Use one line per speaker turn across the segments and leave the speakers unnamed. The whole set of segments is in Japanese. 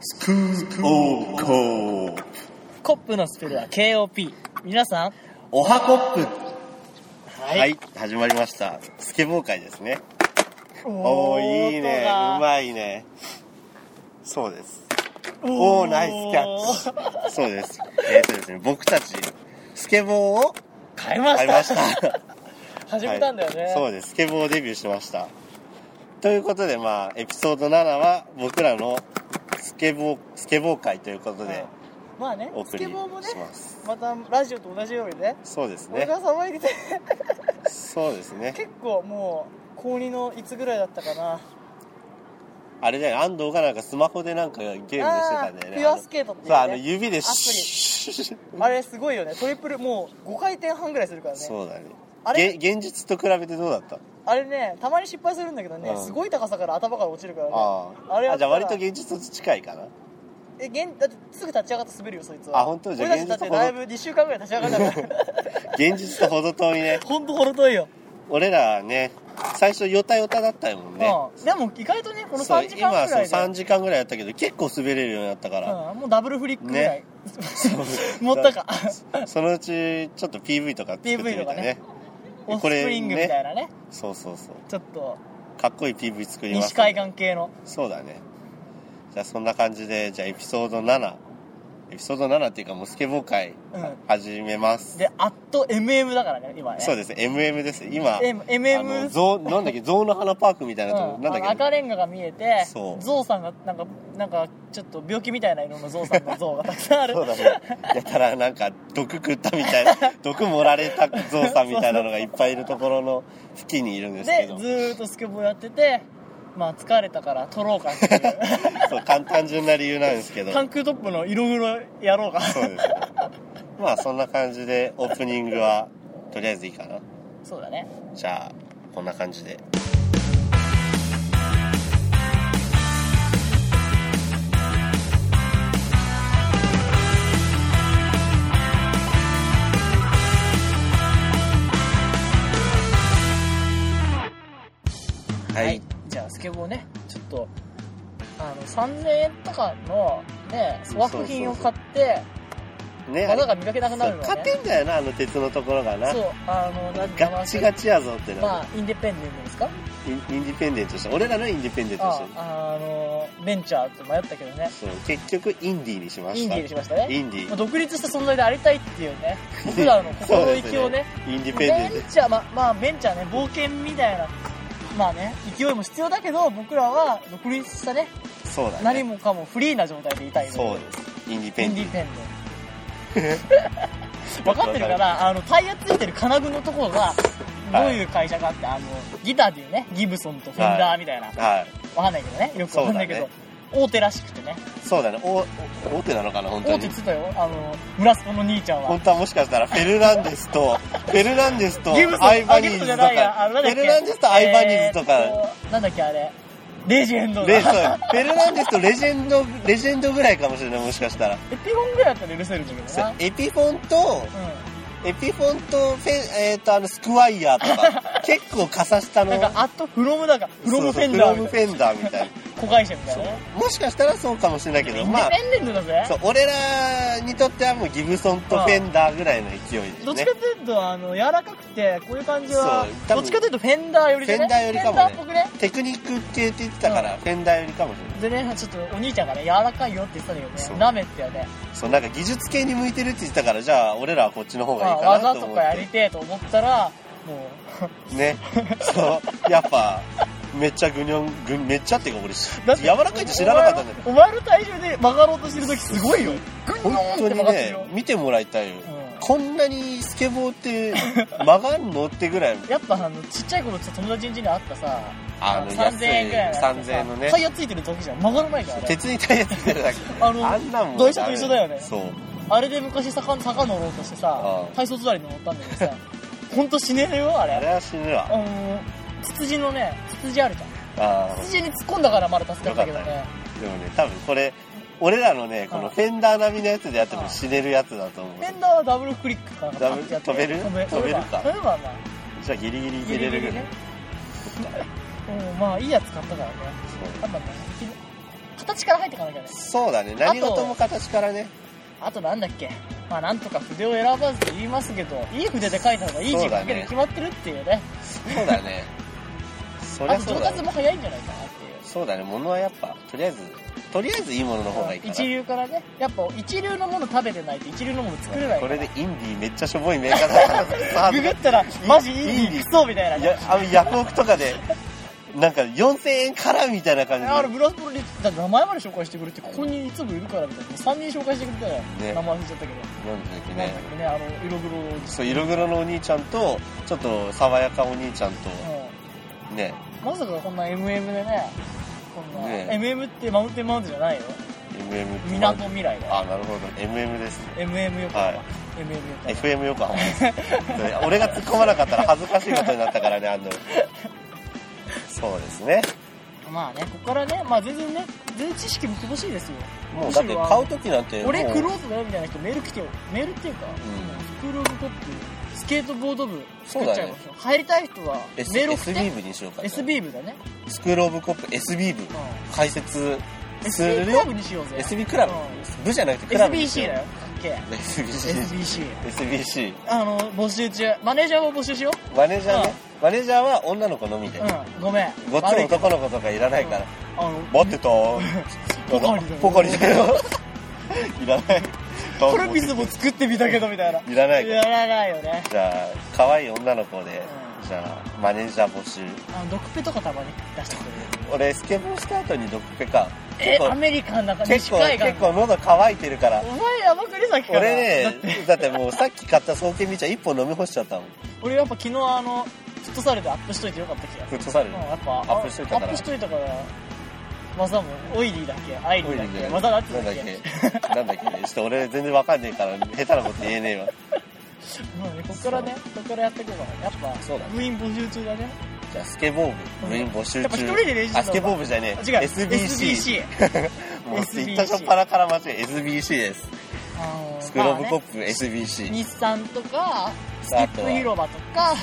スクープオーコー
コップのスペルは KOP 皆さん
おはコップ
は
はい、始まりましたスケボー会ですねお
お
おーいいねう
い
まいねそうですおおナイスキャッチそうですえっ、とですね僕たちスケボーを
買いま
買
し
い
た
ました
始めたんだよね、
はいそうですスケボーデビューしましたということでまあエピソード7は僕らのスケボースケボー会ということ
はい
で
まあね
お
ス
送り
ケ
し
ボーもね
ます、
またラジオと同じようにね
そうですね
俺が騒いでて
そうですね
結構もう高2のいつぐらいだったかな
あれだよ安藤がなんかスマホでなんかゲームしてたんだよ
あー
ね
ピュアスケートっていう、
あの
ね、
そうあの指で
プリ
シュッ
あれすごいよねトリプルもう5回転半ぐらいするからね
そうだね
あれ
げ現実と比べてどうだった
あれねたまに失敗するんだけどね、
うん
すごい高さから頭から落ちるからね
ああ
あれやったら
あじゃあ割と現実と近いかな
え現だってすぐ立ち上がって滑るよそいつは
あ本当じゃあ
俺たちだって
現実の
だいぶ2週間ぐらい立ち上がったから
現実と程遠いね
ほんとほど遠いよ、
俺らね最初ヨタヨタだったよもんね
うん、でも意外とねこの
そう
3時間ぐらいで
今そう3時間ぐらいやったけど結構滑れるようになった から、
うん、もうダブルフリックぐらい、
ね
持ったか
そのうちちょっと PV とか作ってみた
PV とか
ね
ねオフ
これ
スプリングみたいなね
そうそうそう
ちょっと
かっこいい PV 作ります、
西海岸系の
そうだねじゃあそんな感じでじゃあエピソード7エピソード7っていうかもうスケボー会
うん
始めます、
でアット MM だからね今ね
そう
で
です MM です今
MM
あのゾウなんだっけ象の花パークみたいなとこ、
うん、
なんだっ
あの
け
赤レンガが見えて
そう
ゾウさんがなんかなんかちょっと病気みたいな色のゾウさんの像がたくさんある
そうだねやたらなんか毒食ったみた いな毒盛られた象さんみたいなのがいっぱいいるところの付近にいるんですけ
で
ど
ずーっとスケボーやっててまあ疲れたから撮ろうかっていう
そう簡単純な理由なんです けど
タンクトップの色黒やろうか
そうですねまあそんな感じでオープニングはとりあえずいいかな
そうだね
じゃあこんな感じではい、
じゃあスケボーねちょっとあの3000円とかのね粗悪品を買って
ね
技が磨けなくなるの
そう
が
勝
ね
てんだよなあの鉄のところがな
そうあのなんて名
ガ
前
ッチガチやぞってな、
まあインディペンデントですか
インインディペンデントして俺らのインディペンデントし
あ
てる
あのベンチャーって迷ったけどね
そう結局インディーにしま
イ
し
ンデ
た
ィーにしましたね
インディ
まあ
ー
独立した存在でありたいっていうね僕らの心の勢いをね
インディペンデ
ベ
ント
ンチャーまあまあベンチャーね冒険みたいなまあね勢いも必要だけど僕らは独立したね
そうだね
何もかもフリーな状態でいたいの
そうですインディペ
イン
ンデ
デ
ィ
ィペンデント分かってるからあのタイヤついてる金具のところがどういう会社かってあのギターでいうねギブソンとフェンダーみたいな、
はい
わかんないけどねよくわかんないけど、
そう
大手らしくてね
そうだねおお大手なのかな本当
大手
に
つったよあの村スポの兄ちゃんは
本当はもしかしたらフェルナンデス とフェルナンデスと
ギブソン
アイバニーズ
あギブソン
と
じ
か
ゃないやあの
フ
なんだっ
ェ
け
ルナンデスとアイバニーズと
え
か
ーっとなんだっけあれレジェンドだ
レジェンドフェルナンデスとレジェンドレジェンドぐらいかもしれないもしかしたら
エピフォンぐらいだったら許せるんだけどな
エピフォンと
う
エピフォンとフェ、えー、とあのスクワイヤーと か結構かさした
ん
の
なんかアットフロムだからフロムフェンダー
そうそうフロム
み
フ
たい
ェンダーみたい
な子会社みたいなね
なもしかしたらそうかもしれないけ
イ
ど
ンデ
ま
ィ
あ
ペンデントだぜ
そう俺らにとってはもうギブソンとフェンダーぐらいの勢いです
どっ
ね
ちかというとあの柔らかくてこういう感じは
そう多
ど
分
っちかというとフェンダーよりでね
フェンダーよりかもね
フェンダーっぽくね
テクニック系って言ってたから、
うん
フェンダーよりかもしれない
でねちょっとお兄ちゃんがね柔らかいよって言ってたんだけ
そ
ど
う
ねなめってよね
そうなんか技術系に向いてるって言ってたからじゃあ俺らはこっちの方がいい
まあ
かな
技
と
と
思っ
かやり
て
てえと思ったらも
ねそうやっぱめっちゃぐにょんぐめっちゃっていうか俺
うだ
柔らかいって知らなかったんだよ
お前のお前の体重で曲がろうとしてる時すごいよグニ
本
ョン
当
って
に
曲がってる
ね
よ
見てもらいたいよ、
うん
こんなにスケボーって曲がんのってぐらい
やっぱあのちっちゃい頃ちょっと友達ん家にあったさ
あの
3000円ぐらいのやつさ
3000円のね
タイヤついてる時じゃん曲がらないじゃんあれ
鉄にタイヤついてるだ け
あの
んなんもん
台車と一緒だよね
そう
あれで昔坂坂乗ろうとしてさ
ああ
体操座りに乗ったんだけどさ ほんと死ねるよあれ
あれは死ぬわ
あのツツジのねツツジあるじゃん
あ
ツツジに突っ込んだからまだ助かったけど
よか
ね
ーでもね多分これ俺らのねこのフェンダー並みのやつでやっても死ねるやつだと思う
フェンダーはダブルクリックかな
ダブル
パッてやって
飛べる
飛べ
飛べるか
飛べばまあ
じゃあギリギリ
ギ
入れ
リギ
れる
リ
ぐら
ね
い
うん、まあいいやつ買ったからね。多分ね、ひ形から入っていかなきゃね。
そうだね何事も形からね
あとなんだっけ。まあなんとか筆を選ばずと言いますけど、いい筆で書いた方がいい字
そう
が
だね
書けるに決まってるっていうね。
そうだねそり
あ
ゃ
と
そ
上
うだ
達
ね
も早いんじゃないかなっていう。
そうだね物はやっぱとりあえずとりあえずいいものの方がいいから
一流からねやっぱ一流のもの食べてないと一流のもの作れない
こ
か
れ
ら
でインディーめっちゃしょぼいメーカーだから さ
ググったらマジインディークソみたいなね
やあのヤフオクとかでなんか4000円からみたいな感じで
あれブラスプロでだって名前まで紹介してくれってここにいつもいるからみたいな3人紹介してくれたら、
ね
名前忘れちゃったけど、
なんだっけ
なん
ね
だっけねあの色黒の
そう色黒のお兄ちゃんとちょっと爽やかお兄ちゃんと
う
ね
んまさかこんな MM でねこんな、
ね
MM ってマウンテンマウンテンじゃないよ
MM って
みなとみらいだよ
あなるほど MM ですね
MM 横浜、
はい
MM 横浜
FM 横浜です 俺が突っ込まなかったら恥ずかしいことになったからねあのそうですね
まあねここからねまあ全然ね全然知識も乏しいですよ
もうだって買う時なんてもう
俺クローズだよみたいな人メール来てよメールっていうか、スクールオブトップスケートボード部作っちゃいますよ、入りたい人はメ
S
ール送
SB
って
部にしようかな
SB 部だね、
スクールオブコップ SB 部
う
解説
ん、
する
SB クラブにしようぜ
SB クラブ部じゃなくてクラブにし
SBC
よう
だよかっけ
SBC
SBC
SBC
あの募集中マネージャーも募集しよ
マネージャーねマネージャーは女の子のみで
ううんごめん
ごっつ
悪
の
いけど
男の子とかいらないから
あの
待ってたー
ポカリだよ
ポカリだ よいらない
コルピスも作ってみたけどみたいない
らないから
やらないよね
じゃあ可愛い女の子で、
う
じゃあマネージャー募集
あのドクペとかたまに出してく
俺スケボーした後にドッペか
れる
結
えア
構
メリカの中
結
西
構
海岸
結構喉乾いてるから
お前山国崎から
俺
だって
ねだってもうさっき買った双剣見ちゃ一本飲み干しちゃったもん
俺やっぱ昨日あのフットサルでアップしといてよかった気がす
フ
る
ットサル
うんやっぱ
アップしといたから
アップしといたから技もオイリーだっけアイリーだっけ
なん
技だ
だ
っ
ってけ
た
なんだ
っ
っけ
け
なんだっけちょっと俺全然わかんねえから下手なこと言えねえわ
まあねこっからねこっからやっていこうかなやっぱ
そうだね
部員募集中だね
じゃあスケボー部部員募集
やっぱ
中
一人で練習するの
あスケボー部じゃね
あ
え
違う
SBC もうツイッター
SBC
初っ端から間違え SBC です
あの
スクローブコッ
ま
プ SBC
あね日産とかスキップ広場とか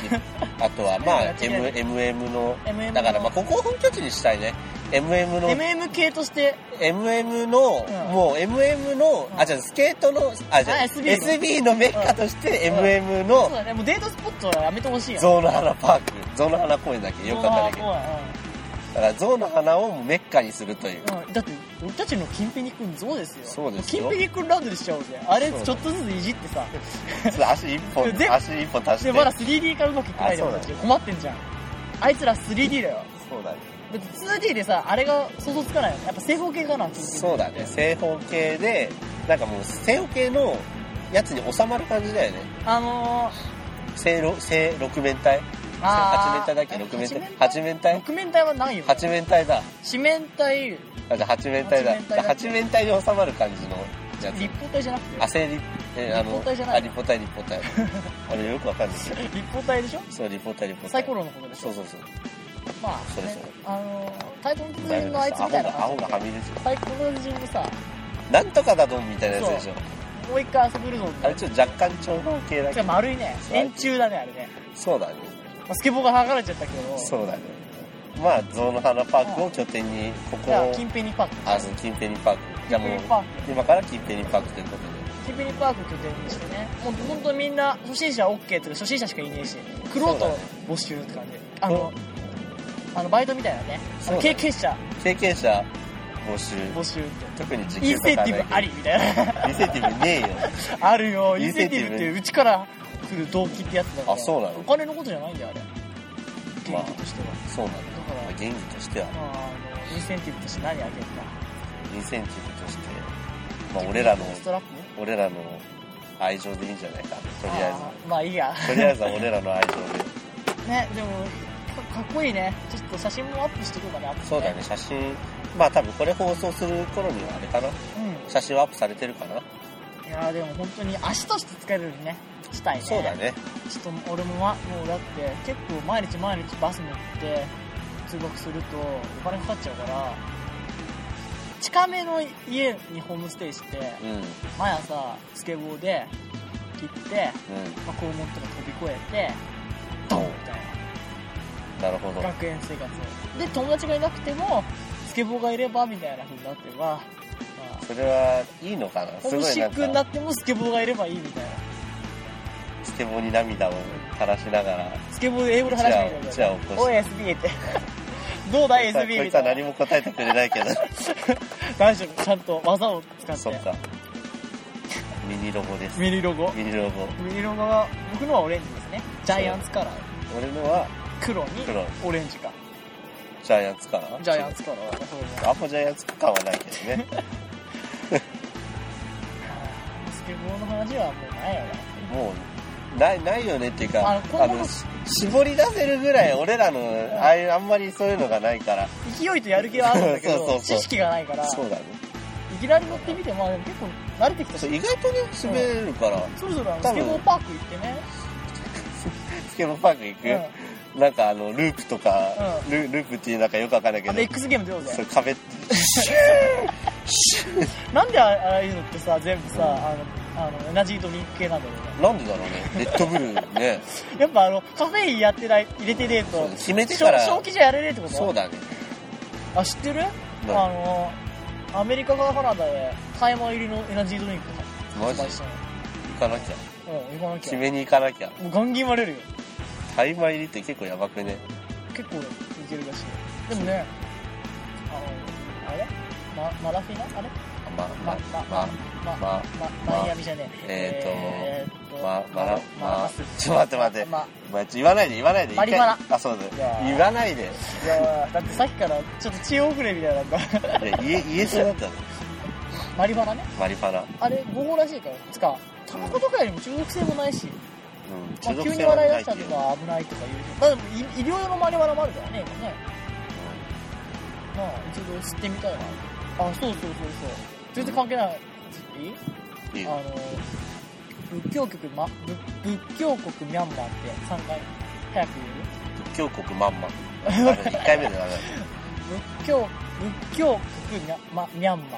あとはまあ
違う
M MM の
MM
だからまあここを本拠地にしたいね MM の
MM 系として
MM の、
うん
もう MM の、
うん
あじゃあスケートのあじゃあ
あ SB
SB
の
のメッカとして、
うん
MM
そう
の
だねもうデートスポットはやめてほしいよ
ゾウの花パークゾウの花公園だっけよかったんだけ
そう
ど
だね
だからゾウの花をもうメッカにするという、
うんだって俺たちの金ペニ君ゾウですよ
そうですよ
金ペニ君ラウンドにしちゃおうぜあれ
そうだ
ちょっとずついじって さ
そう足一本
で
足一本足して
でまだ 3D からうまくいってないじゃん
あそうだ
俺たち困ってんじゃんあいつら 3D だよ
そうだね
だって 2D でさあれが想像つかないよやっぱ正方形かな金ペニ
そうだね正方形でなんかもう正方形のやつに収まる感じだよね
あのー
正ろ正六面体八面
あー
体だっけ六面体
八
八
面
面
体
体
六面体はないよ
八面体だ
四面体
あじゃあ八面体だ
八面体だ
八面体に収まる感じのやつ
立方体じゃなくて
あ正立えあ
立
の
方体じゃない
あ立方体立方体あれよくわかんないですよ
立方体でしょ
そう立方体立方体
サイコロのことでしょ
そうそうそう
まあ
そう
ね
そう
あのー太鼓の
ダ
達
メ
人
で
のあい
し
つ
たアホ
みたいな
がアホ
感じ
がはみ出てる
太鼓の達人でさ
なんとかだどんみたいなやつでしょ
もう一回遊べるぞみ
あ
たい
れ
な
ちょっと若干長方形だ
てか
けど
丸いね
そう
円柱だねあれね、
そうだね
まあ、スケボーが剥がれちゃったけど
そうだねまあ象の花パークを拠点にここ
じゃあ
を
近辺にパーク
あの近辺にパークじゃあも
近辺にパー
う今から近辺にパークということで
近辺にパーク拠点にしてねもうほんとみんな初心者 OK とか初心者しかいねえしクロー
そうだ
ト
ね
募集って感じあのあのバイトみたいなねあ
そう
の
だ
経
ね
験者
経験者募集
募集って
特に時
イ
給と
ン
か
センテ
ない
ィブありみた いな
インセンティブねえ よ
あるよイ
イ
ン
ン
セ
セ
ン
ン
テ
テ
ィ
ィ
ブ
ブ
ってうちから来る動機ってやつだから
あそうなの
お金のことじゃないんだよあれ定義としては、
そうなんだ
だから
まあ元気としては
まあ、あのインセンティブとして何あげるか
インセンティブとしてまあ俺らの
ストラップ
俺らの愛情でいいんじゃないかとりあ
ーまあいいや
えずとりあえずは俺らの愛情で
ねでもかかっこいいねちょっと写真もアップしてくるかねアップして
そうだ ね写真まあ多分これ放送する頃にはあれかな写真はアップされてるかな、
うんいやーでも本当に足として使えるようにねしたいね
そうだね
ちょっと俺もまもうだって結構毎日毎日バス乗って通学するとお金かかっちゃうから近めの家にホームステイして
うんうん
毎朝スケボーで切って、まあ、肛門とか飛び越えてドンみたいな
なるほど。
学園生活をで友達がいなくてもスケボーがいればみたいな風になってば、まあ
それはいいのかなす
ホーム
ごい
シ
な
ックになん
か、
ってもスケボーがいればいいみたいな
スケボーに涙を垂らしながら、
スケボーで英語で話してみる
う
み
ちは
た
う
い
ちは起
な「
こ
お
し
い SB」って 「どうだ
こいつは
SB」
こい
み
つは
たい
何
な
も答えてくれないけ ど、
大丈夫ちゃんと技を使
そ
っ
ってか。ミニロゴです。
ミニロゴ
ミニロゴ。
ミニロゴは僕のはオレンジですねジャイアンツカラー
俺のは
黒に
黒
オレンジか
ジャイアンツかな
ジャイアンツカラーはそうです
あんまジャイアンツ感はないけど ね。
スケボーの話はもうないやろ
もう、ない、ないよねっていうか、
あ
あ
のこん
の
なこと
し絞り出せるぐらい俺らの、ああいうあんまりそういうのがないから、
勢いとやる気はあるんだけ
そうそう
ど
そう
知識がないから
そうだね。
いきなり乗ってみて、まあでも結構慣れてきた
そ
し
う、意外とね、滑れるから、
そろそろあの
多
ス
分
ケボーパーク行ってね、
スケボーパーク行く、
う
なんかあの、ループとか、
う
ルループっていうなんかよくわかんないけ
ん、あ
ど
の、X ゲーム出よう
そ
ぜ
う、。壁って、
なんであああいうのってさ、全部さ、あの、あのエナジードリンク系なんだろ
な
うね。
んでだろうね、レッドブルね、
やっぱあの、カフェインやってない、入れてねえ
そう
と、
決めて
正
から、
正気じゃやれねえってこと
そうだね。
あ、知ってるあ
な
の、アメリカからカナダで、大麻入りのエナジードリンク
マ
発
ジ
売したの。
行かなきゃ。
うん、行かなき
決
ゃ。
めに行かなきゃ。
もうガンギン割れるよ。
タイマー入りって結構やばくね。
結構いけるらしい。でもね、あの、あれママラフィナあれ
まあ、ま
ま
あ、、
ま、
まあ
ま、、ま、
まあ、
ま、
ま
マイアミじゃね
え
え。
ーとままら
ま
ま
まス
ちょっと待って待って
ま
まあ、言わないで言わないで。
マリマラ
一回あ、そうだよ
いや。ー
言わないで。
いやだってさっきからちょっと血遅れみたいなん だ
いや、言え、言えそうだったの。
マリファナね
マリファナ。うん。
あれ合法らしいからつかタバコとかよりも中毒性もないし、まあ、急に
は
笑い出した
け
り
ど
とか危ないとか言うしまあでも医医療用のマリファナもあるからね今ねまあ一度吸ってみたいなあそうそうそうそう全然関係ないいい
うんいい
あ
よ
の仏教国、ま、仏仏教国ミャンマーって3回早く言える
仏教国まんま。あれ、1回目でダメだ
仏教、仏教国ミャ,、ま、ミャンマ
っ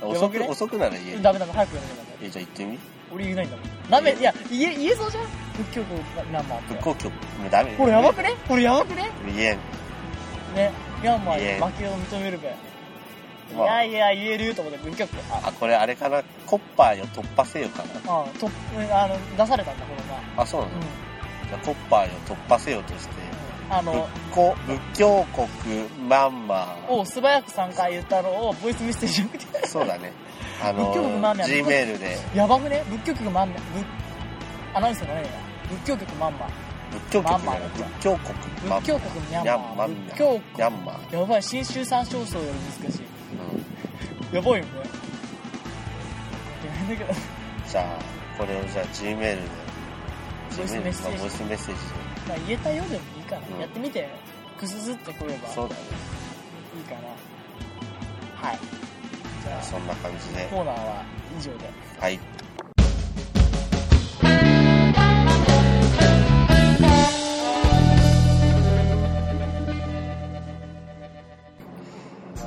た。遅
よ
く、
くね
遅くなら言え
ー。
る。
ダメダメ、早く言わなきゃダメ。
え、じゃあ行ってみ。
俺言えないんだもん。ダメ、いや、言え、言えそうじゃん仏教国ミャンマー
仏
って。
教局、もうダメ。
これやばくねこれやばくね
言えん。
ね、ミャンマー
言え
に負けを認めるべ。
まあ
いやいや、言えると思って、仏教国。あ、
あ、これあれかな。コッパーよ、突破せよかな。
あ、と、あの、出されたんだ、このま
あ、そうなの、
う
じゃあコッパーよ、突破せよとして。
ん。あの、
仏教、仏教国まんま。
を素早く3回言ったのを、ボイスメッセージじゃなくて。
そうだね。あの
仏教国まん、ま
G メールで、
やばくね仏教国マンマ、仏、アナウンスのねえな。仏教国ミャンマー。
仏教局じゃない、仏教国まん
仏教国ミャ
ま。
ン
にゃん
マ
ま
ー。
ん
仏教
にゃんま。
やばい、新州三焦燥より難しい。
うん
やばいよね。いけないんだけど。
じゃあ、これをじゃあ G メールで。
ボイスメッセー
Gmail ま
ジ
あボイスメッセージ
まあ言えたようでもいいかな。
うん
やってみて。くすずってこれば
で。
いい
そうだね。
かな。はい。じゃあ、
そんな感じで。
コーナーは以上で。
はい。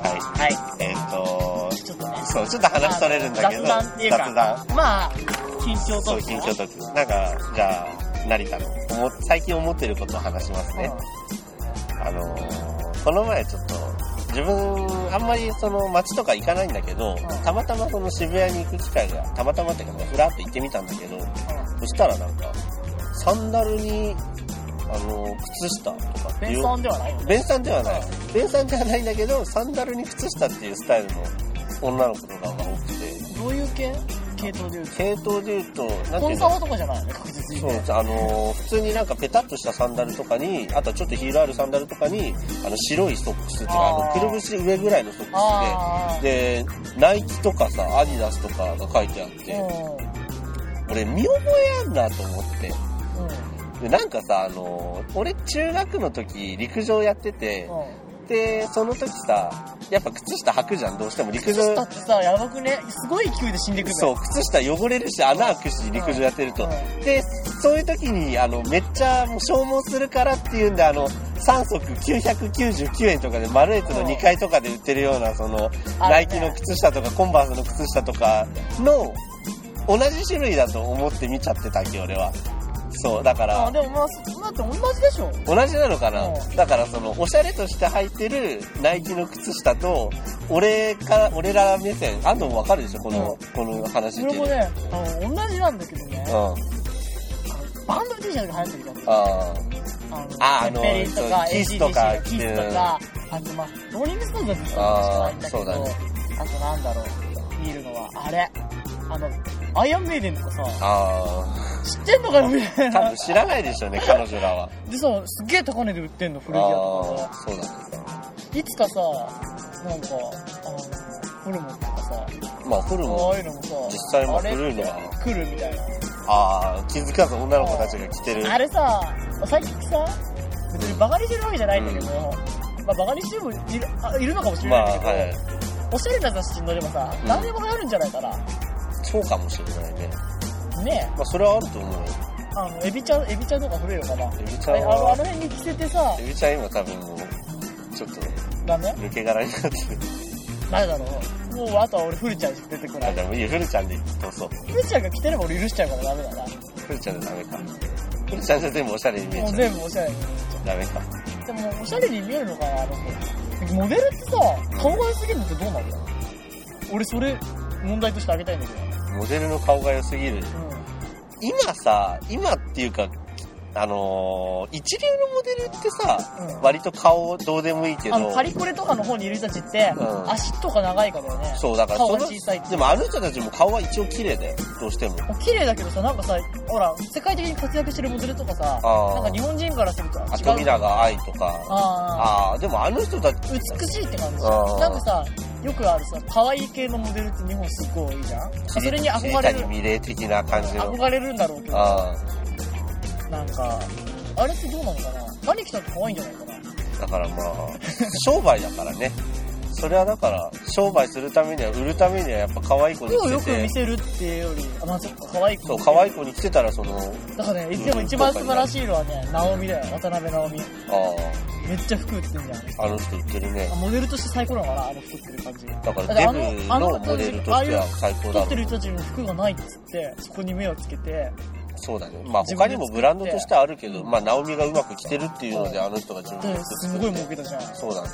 は
はい。
い。えっ、と
ちょっとね。
そう、ちょっと話それるんだけど、
雑談っていう
雑
か
談。
まあ、緊張
そう、
と。
緊張と。なんか、じゃあ、成田の、思っ最近思ってることを話しますね。あのーこの前ちょっと、自分、あんまりその街とか行かないんだけど、
ん
たまたまその渋谷に行く機会が、たまたまっていうか、ふらっと行ってみたんだけど、
うん。
そしたらなんか、サンダルに、あのー靴下とかって
ベ
い
ン
う。
さんではないよね。
ベンさんではない。ベンさんではないんだけど、サンダルに靴下っていうスタイルの女の子とかが多くて、
どういう系系統で言うと。
系統で言うと、なんて
コ
い
ン
う
サ
の
ートとかじゃないよね、確実に
そう
ね。
あのー普通になんかペタッとしたサンダルとかにあとはちょっとヒールあるサンダルとかにあの白いソックスっていうか
あ
あ
ー
のくるぶし上ぐらいのソッ
あ
ク
あ。
スででナイキとかさアディダスとかが書いてあっ
う
て
ん。
俺見覚えあんなと思って
うん。
でなんかさあのー俺中学の時陸上やってて
うん。
でその時さやっぱ靴下履くじゃんどうしても陸
靴
上
下ってさ、やばくねすごい勢いで死んでくる
そう靴下汚れるし穴開くし陸上やってると
うん
で、そういう時に、あの、めっちゃもう消耗するからっていうんで、あの、3足999円とかで、マルエツの2階とかで売ってるような、その、
あ
ナ
るね
イキの靴下とか、コンバースの靴下とかの、同じ種類だと思って見ちゃってたっけ、俺は。そう、だか
あ
ら、
でもまあそだって同じでしょ
同じなのかな
うん
だからその、おしゃれとして履いてるナイキの靴下と、俺から、俺ら目線、あんたもわかるでしょこの、この話って
それ
いう
も
の。
ねあの同じなんだけどね
うん。あ
バンド T シャツが流行ってるじゃん
ああー
あのペリーとか
あのそう
ACDC
キスと
と
か
かキスとかあとまあローリングストーンズだってそうなんだけど
あーそ
あとなんだろう見るのはあれあのアイアンメイデンとかさ
ー。あ
知ってんのかよみたい
あ。多
な
分知らないでしょう ね、彼女らは。
でさすっげえ高値で売ってんの古着屋とか
ああ、そうなんですね。
さいつかさなんかあのホルモンとかさ
まあ、ホル
あ
モ
あ
ン、
いうのもさ
実際も
あれ
古いのは、
来るみたいな
ああ、気づかず女の子たちが着てる。
あれさ、最近さ、別にバカにしてるわけじゃないんだけど、まあ、バカにしてるもいるあいるのかもしれ
ま
ない
あ、
んだけど、
はい。
おしゃれな雑誌に載ればさ、
うん
何でも流行るんじゃないかな。
そうかもしれないね。
ね
まあ、それはあると思うよ。
え、あの、エビちゃん、エビちゃんとか古いのかな。
エビちゃ
あ
ん
のあ
は
の、辺に着せてさ
エ、ビちゃん今多分もう、ちょっと
ダメ
抜け殻になってる。
誰だろう。もう、あとは俺、フルちゃんしか出てこな
あ、
い
じ。ゃあもういいよ、フルちゃんでどうぞ。
フルちゃんが着てれば俺許しちゃうからダメだな。
フルちゃんでダメか。フルちゃんじゃ全部おしゃれに見え
もう
ちゃ
全部おしゃれに。
う。ダメか。
でも、おしゃれに見えるのかな、あの子。モデルってさ、顔が良すぎるのってどうなるの俺、それ、問題としてあげたいんだけど。
モデルの顔が良すぎる。
うん
今さ、今っていうか、あのー一流のモデルってさ、
うん
割と顔どうでもいいけど
あ、のパリコレとかの方にいる人たちって、
うん
足とか長いからね
そう、だから
顔
そ
が
の
小さいって
でもあの人たちも顔は一応綺麗だよ、どうしても。
綺麗だけどさなんかさほら世界的に活躍してるモデルとかさ
あー
なんか日本人からすると
あ、
違
富
う
永愛とか。
あ
ああ、でもあの人たち、
ー美しいって感じ
あー
なんかさよくあるさ可愛い系のモデルって日本すごい多いじゃんまあそれに憧れ
に
る
美麗的な感じの。
憧れるんだろうけど
あ
なんかあれってどうなのかな何着たって可愛いんじゃないかな
あ、だからまあ、商売だからね。それはだから、商売するためには、売るためにはやっぱ可愛い子に
服をよ
着
く
て
見
て、
せるっていうよりあまあそっか可愛い子
そう、可愛い子に着てたらその、あ
だからねでも一番素晴らしいのはね直美だよ渡辺直美めっちゃ服売ってんじゃん
あ、あの人言ってるね
あ。モデルとして最高なのかなあの太ってる感じ太
だか
だってあ
ら
の
デブのモデルとしては最高だ
っ
ろ
て
う。
る人たちにも服がないっつってそこに目をつけて
そうだね。まあ他にもブランドとしてはあるけど、まあナオミがうまく着てるっていうので、あの人が自分
で
です
ごい儲けたじゃん
そうだね。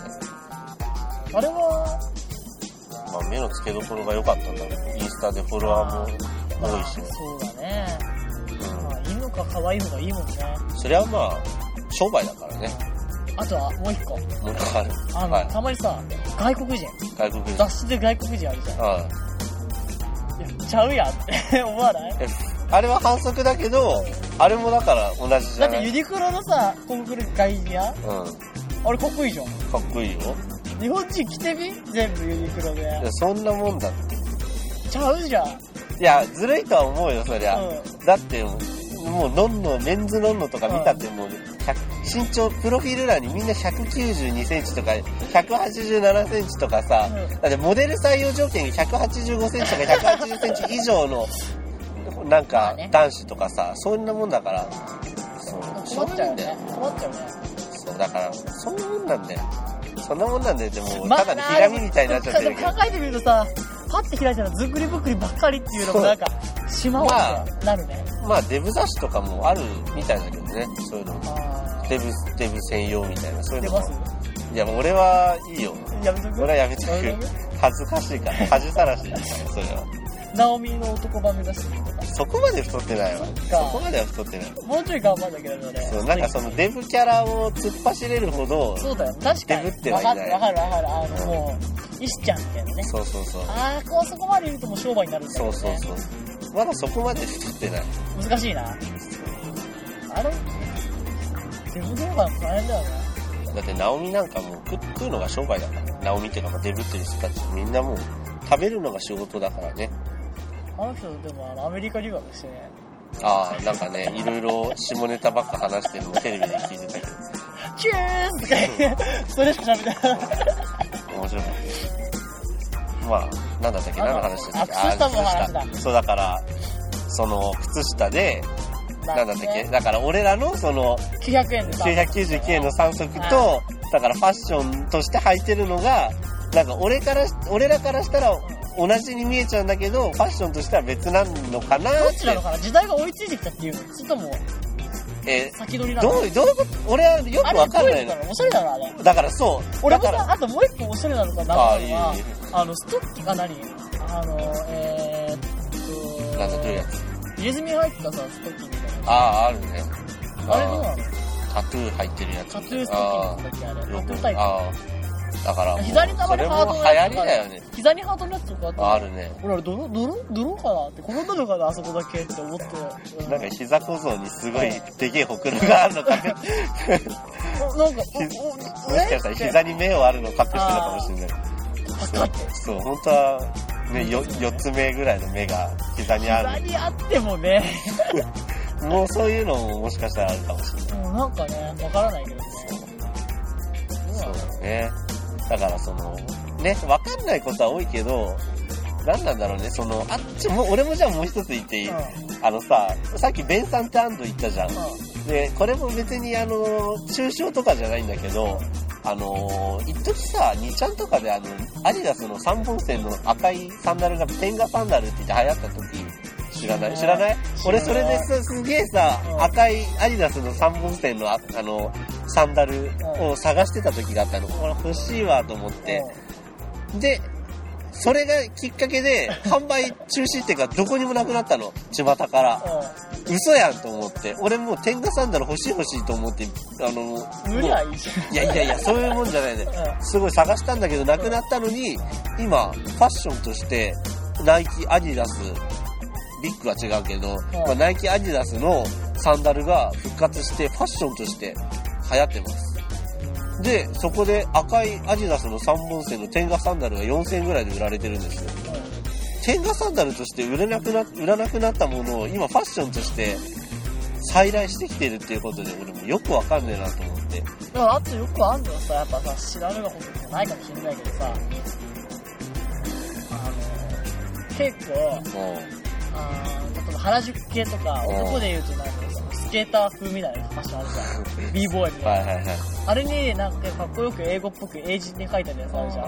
あれは
まあ目の付けどころが良かったんだろう。インスタでフォロワーも多いしね。
そうだねま
う
あ犬か可愛いのがいいもんね
ん。それはまあ、商売だからね。
あとはもう一個
もう一個ある。
あの、
はい
たまにさ外国人
外国人。
雑誌で外国人あるじゃん
あ
いやちゃうやんって 思わない
ああれは反則だけど、あれもだから同じじ
だ
ゃ
っ
ない。
てユ
うん。
ニクロのさコンクール外人や
か
あれかっこいいじゃん
っこいいよ。
日本人着てみ全部ユニクロ
い
で
や、そんなもんだって。
ちゃうじゃんうん
いや、ずるいとは思うよ、そりゃ。だってもう、もうノンノ、メンズノンノとか見たってもう、100身長、プロフィール欄にみんな192センチとか、187センチとかさ、
うん
だってモデル採用条件が185センチとか180センチ以上の、なん
まあ
か
ね
男子とかさ、そんなもんだから、そう、
困っちゃうよ
んだ
ね
よ。
困っちゃうね
そう、だから、そんなもんなんだよ。そんなもんなんだよ、でも、
まあ
ただのひらみみたいになっちゃってる けど
でも。考えてみるとさ、パッて開いたらずんぐりぶっくりばっかりっていうのもなんか、しまおうってなるね。
まあ、デブ雑誌とかもあるみたいだけどね、そういうのも。
あー
デブ、デブ専用みたいな、そういう
出
の
ます
も。いや、もう俺はいいよ。
やめとく
俺はやめとく
やめと。
恥ずかしい から、恥さらしい。それは。
ナオミの男版目指してるとか。
そこまで太ってないわ。
そ
そ
っか
こまでは太ってない。
もうちょい頑張んなきゃダメだけどね。
そう、なんかそのデブキャラを突っ走れるほど、
そうだよ。確かに。
デブってはいない
わかるわかるわかる。あの、もう、石ちゃんみたいなね。
そうそうそう。
あー、こうそこまで言うともう商売になるんだよ
そ
ね。
うそうそう。まだそこまで太ってない。
難しいな。あれデブ動画も大変だよね。
だって、ナオミなんかもう食食うのが商売だから。ナオミっていうか、まあデブっていう人たち、みんなもう、食べるのが仕事だからね。
あの人、でもあの、アメリカ留学してね。
ああ、なんかね、いろいろ下ネタばっか話してるのをテレビで聞いてたけど、
チュースとか言って、それしか喋ってない。
面白かった。まあ、なんだったっけ何の話でしたっけ
あ靴下の話だ
あ靴下そう、だから、その、靴下で、なんだったっけだから俺らのその、
900円でさ。
999円の3足と、だからファッションとして履いてるのが、なんか俺からし、俺らからしたら同じに見えちゃうんだけど、ファッションとしては別なのかな
ど
っ
っち
て
なの。かな時代が追いついてきたっていうのそれとも、
え
先取りなの
どういう、どういうこと俺はよ
あ
く
れ
わかん
どう
ないいう
こと
の
な。のおしゃれだなあれ
だからそう。
俺
だか
もさ
ら、
あともう一個おしゃれなのかな
ああ、
と
いい
思
いうい
のはあのストッキが何あのえー、っと
なんかどういうやつ
入れ墨が入ったさストッキンみたい
あ
な
あ、あるね。
あれどうなの
タトゥー入ってるやつ。
タトゥーストッキンだったっけあれタ
よ
トゥー
く
タイプ
ああ。だからもう、
膝に溜ま
そ
る
れ
ハー
も
ド
流
の
行
や
り
つとか
だよね。
膝にハートのやつとかあった
ああるね。
俺あれ泥泥泥かなって転んだのかなあそこだけって思って、うん
なんか膝小僧にすごいでけえほくろがあるのかけもし
おなんかおお
かしたら膝に目をあるの隠してるのかもしれない。
パカッて
そう、本当は、ね、よ、四つ目ぐらいの目が膝にあ
膝
る。
にあってもね
もうそういうのももしかしたらあるかもしれない。
もうなんかねわからないけどね
そうだね。だからその、ね、わかんないことは多いけど、なんなんだろうね、その、あっちも、俺もじゃあもう一つ言っていい、
うん
あのさ、さっきベンさんって安藤言ったじゃん。で、これも別にあの、抽象とかじゃないんだけど、あの、一時さ、2ちゃんとかであの、アディダスの3本線の赤いサンダルがペンガサンダルって言って流行った時、知らない知らない俺それですすげえさ
う、ん
赤いアディダスの3本線のああの、サンダルを探してた時があったの。これ欲しいわと思って。で、それがきっかけで、販売中止っていうか、どこにもなくなったの。巷から。嘘やんと思って俺もう天下サンダル欲しい欲しいと思ってあの
うんうん塗りゃいいじゃ
いやいやいやそういうもんじゃないねすごい探したんだけどなくなったのに今ファッションとしてナイキアディダスビッグは違うけど、まあ、ナイキアディダスのサンダルが復活してファッションとして流行ってますでそこで赤いアディダスの3本線の天下サンダルが4000円ぐらいで売られてるんですよ
んうん
天下サンダルとして売れなくな売らなくなったものを今ファッションとして再来してきてるっていうことで俺もよくわかんねえなと思って
だからあとよくあんのはさやっぱさ知らぬがことじゃないかもしれないけどさあの結構
う
あー例えば原宿系とか
うん
男で言うとなんかそのスケーター風みたいなファッションあるじゃん b ボーイみ
んは
た
い
いな、
はいはい
あれになんかかっこよく英語っぽく英字に書いてあるやつあるじゃん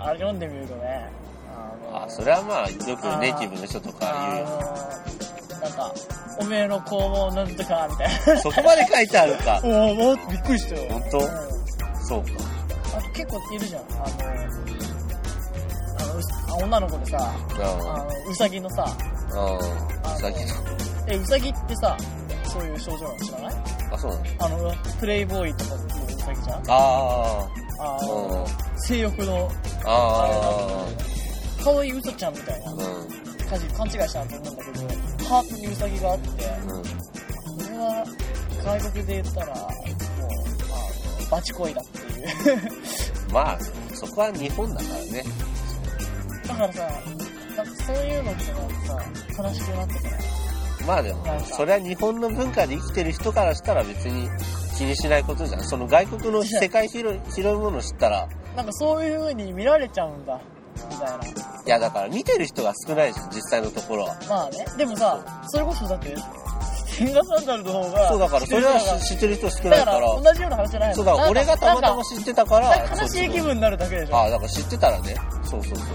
あれ読んでみるとねあの
あそれはまあよくネイティブの人とか言うよ
あのなんかおめえの肛門なんとかみたいな
そこまで書いてあるか
おおおびっくりしたよ
本当
うん
そうか
あと結構いるじゃん。あの、あのうすあ女の子でさ、あ
あ
の、うさぎのさ、
あ
あの
さっき
え、うさぎってさ、そういう症状なの知らない
あそうなの
あの、プレイボーイとかもううさぎじゃん
あ
あ
あうん
の、性欲の、
ああ
可愛いうさちゃんみたいな
うんうん
感じ、勘違いしたなと思うんだけど、ハートにうさぎがあって、これは、外国で言ったら、もう、あの、バチ恋だっていう。
まあそこは日本だからね
だからさ、なんかそういうのってなんかさ、悲しくなってくない
まあでもそれは日本の文化で生きてる人からしたら別に気にしないことじゃんその外国の世界広い広いものを知ったら
なんかそういう風に見られちゃうんだ、みたいな。
いやだから見てる人が少ないじゃん実際のところは
まあね。でもさ、それこそだって、天下サンダルの方が、
そうだからそれは
知
知知ってる人少
って
ない
る
か
人がだから
ら
同じような話じゃないの
そうだから俺がたまたま
知
知ってたから
悲しい気
そっち
分になるだけでし
の
ょ。
ああだから知ってたらねそうそうそう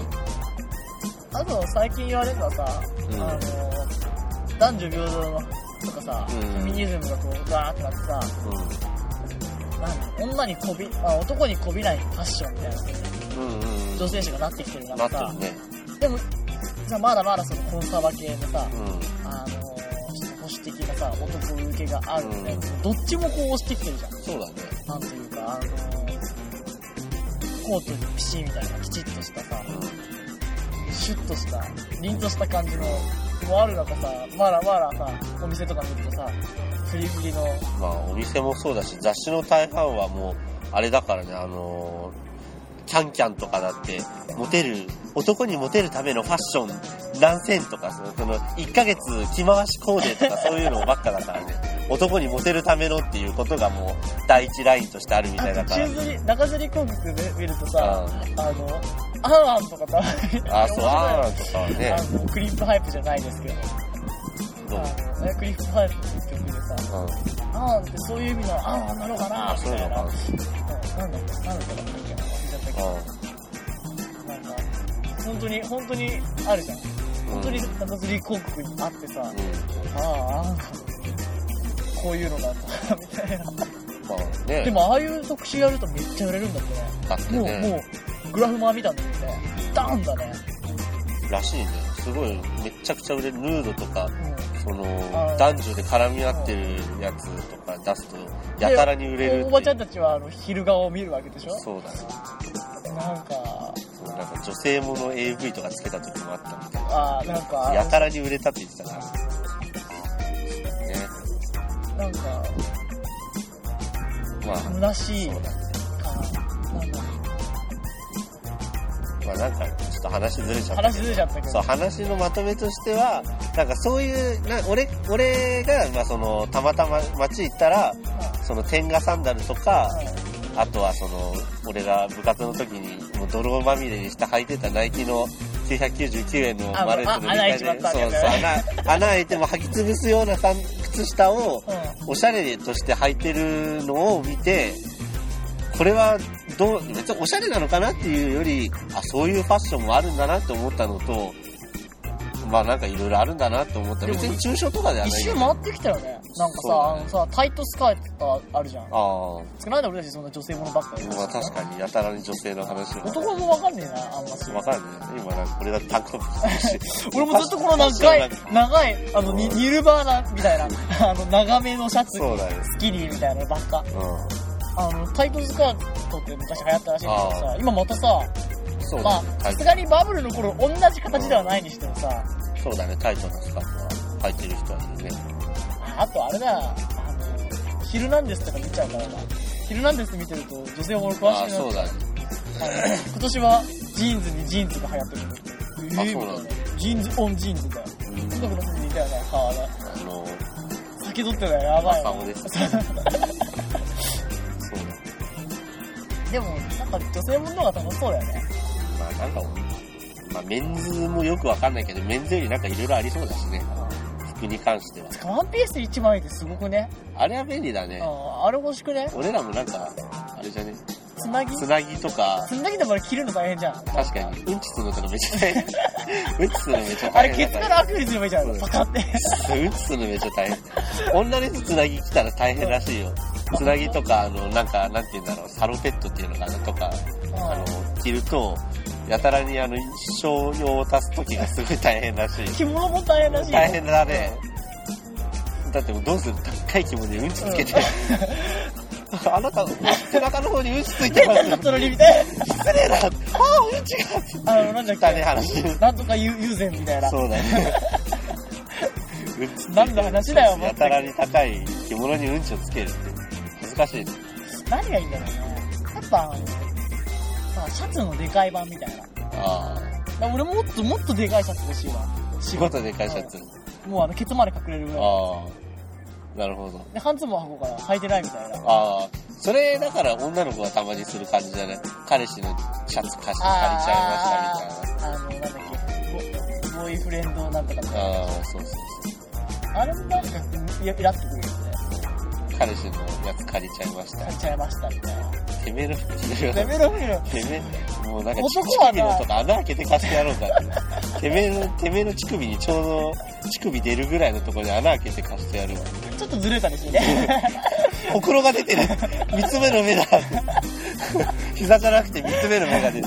あと最近言われるのはさ、
うん
あの、男女平等のとかさ、
うん
フェミニズムがこう、ガーってなってさ、なん女にこび、あ男にこびないファッションみたいな、
うんうんうん
女性誌がなってきてるか
な
ら
って
さ
る、ね
でも、さ、まだまだそのコンサバ系のさ、
うん
あのー、ちょっと保守的なさ、男受けがあるんだけど、どっちもこう押してきてるじゃん。
そうだね
なんというか、あのー、コートにピシーみたいな、きちっとしたさ、シュッとした、凛とした感じの、もある中さ、まだまださ、お店とか見るとさ、フリフリの、
うんまあお店もそうだし雑誌の大半はもうあれだからねあのーキャンキャンとかだってモテる男にモテるためのファッション何千とかそのその1ヶ月着回しコーデとかそういうのばっかだからね男にモテるためのっていうことがもう第一ラインとしてあるみ
あ
たいだ
と
から
中吊り、中吊り広告で見るとさ、
あ
あの、アーアンとかさ、
あそうあーとかはね
あのクリップハイプじゃないですけど、
どう
あのねクリップハイプって曲でさ、
うん
あーってそういう意味のあーなのかな
あ
み
そう
た
ないの
な。
か
うんなんだったなんだったかな忘れちゃったけ
な
ど、なんか、本当に、本当にあるじゃん。本当に、なんか釣り広告にあってさ、
うん
あーあー、こういうのがあったみたいな。
まあね。
でもああいう特集やるとめっちゃ売れるんだってね。
だって
もう、
ね、
もう、グラフも見たんだけどね、ダーンだね。
らしいね。すごい、めっちゃくちゃ売れる。ヌードとか、
うん。
その
ー、
男女で絡み合ってるやつとか出すと、
で
やたらに売れるっていう
おばちゃんたちは、あの、昼顔を見るわけでしょ
そうだね。
なんか、
そうなんか女性もの AV とかつけた時もあったみたい
ああ、なんか、
な。やたらに売れたって言ってたから。ね。
なんか、
まあ、そう
虚しいか
だね。
な。なんか、
まあなんか、ちょっと話ずれちゃったけど
話ずれちゃったけど。
そう話のまとめとしてはなんかそういうな俺俺が、まあ、そのたまたま街行ったらその天下サンダルとかあとはその俺が部活の時にもう泥まみれにして履いてたナイキの999円の
あ
マレットの
あ穴開いちま
そう
っ
そ
た
う
やつね
穴穴開いても履き潰すようなさん靴下を
うん。うん。
おしゃれとして履いてるのを見てこれはどう別におしゃれなのかなっていうよりあそういうファッションもあるんだなって思ったのとまあなんかいろいろあるんだなって思った
でも
別に抽象とかでは
一
ない
周回ってきたよね。なんか
そう
さ、
だ
あ
ね
のさ、タイトスカートあるじゃん。
ああ
なんで俺たちそんな女性ものばっかり
まあ確かにやたらに女性の話を
男もわかんねえな、あんまし。
わかんない今なんか俺がタコプしてるし
俺もずっとこの長い
ファッション、
長い、あの、ニニルバーナみたいな、 あの、長めのシャツ
そうだよ
スキニーみたいなのばっか。
う
あの、タイトスカートって昔流行ったらしいんだけどさ、今またさ、
んそう
ま
だ
あ
ね、
さすがにバブルの頃同じ形ではないにしてもさ、
タイそうだねタイトなスカートは履いてる人はいるね
あとあれだ、あの、ヒルナンデスとか見ちゃうからな。ヒルナンデス見てると女性もの詳
あ
し
あ
くな
そ
っ
う
て、
だね
あの今年はジーンズにジーンズが流行ってる。
あそうなんだ
みたいジーンズオンジーンズだよ。
うん
そんなこと似たよね、顔が。
あの
先取ってたよ、やばい
朝
わ。
も ですそうだ
でも、なんか女性ものが楽しそうだよね。
まあなんか、まあメンズもよくわかんないけど、メンズよりなんかいろいろありそうだしね。服に関しては。
てかワンピース1枚ですごくね。
あれは便利だね
う。んあれ欲しくね
俺らもなんか、あれじゃね、
つなぎ
つなぎとか、
つなぎでもあれ着るの大変じゃん。
確かに、うんちするのとかめっちゃ大変。うんちするのめっちゃ
あ
大
れ、ケ
変
ツ
だ
か
から
らアクリルすればいいじゃん。パカって。
うんちするのめっちゃ大変。女の人つなぎ来たら大変らしいよ。つなぎとか、あの、なんか、なんて言うんだろう、サロペットっていうのかなとか、 あの、着ると、やたらにあの、商用を足すときがすごい大変らしい。
着物も大変らしいよ。
大変だね。だってもうどうする高い気持ちでうんちつけて。 あなた、背中の方にうんちついて
変
ま
な
す。
んだったのにみたい
失礼だ。ああ、うんちが。
な。あの、なんだっ
汚い
け。
話。
なんとか友禅みたいな。
そうだ ね。うんちついて
何の話だよ
やたらに高い着物にうんちをつけるって。恥ずかしいね。
何がいいんだろうね。やっぱ、あのさ、シャツのでかい版みたいな。だか
ああ。
ら俺もっともっとでかいシャツ欲しいわ。
仕事で会社やってる。
もうあの、ケツまで隠れるぐらい。
ああ。なるほど。
で、半ズボン履こうから履いてないみたいな。
ああ。それ、だから女の子がたまにする感じじゃない彼氏のシャツ貸して借りちゃいましたみたいな。
あの、なんだっけ、ボボーイフレンドなんとかとか。
ああ、そうそう
あれもなんか、いやイラっとくるよね。
そう。彼氏のやつ借りちゃいまし
されちゃいましたみたいな。
た。てめえの服着てる
レ
よ。
ベルフィル。
てめえ、もうなんか、乳
男はな
首のとか穴開けて貸してやろうかって。てめえ の、てめえの乳首にちょうど、乳首出るぐらいのところに穴開けて貸してやるわ。
ちょっとずれたりしてね。
ほくろが出てる。三つ目の目だって。膝じゃなくて三つ目の目が出てる。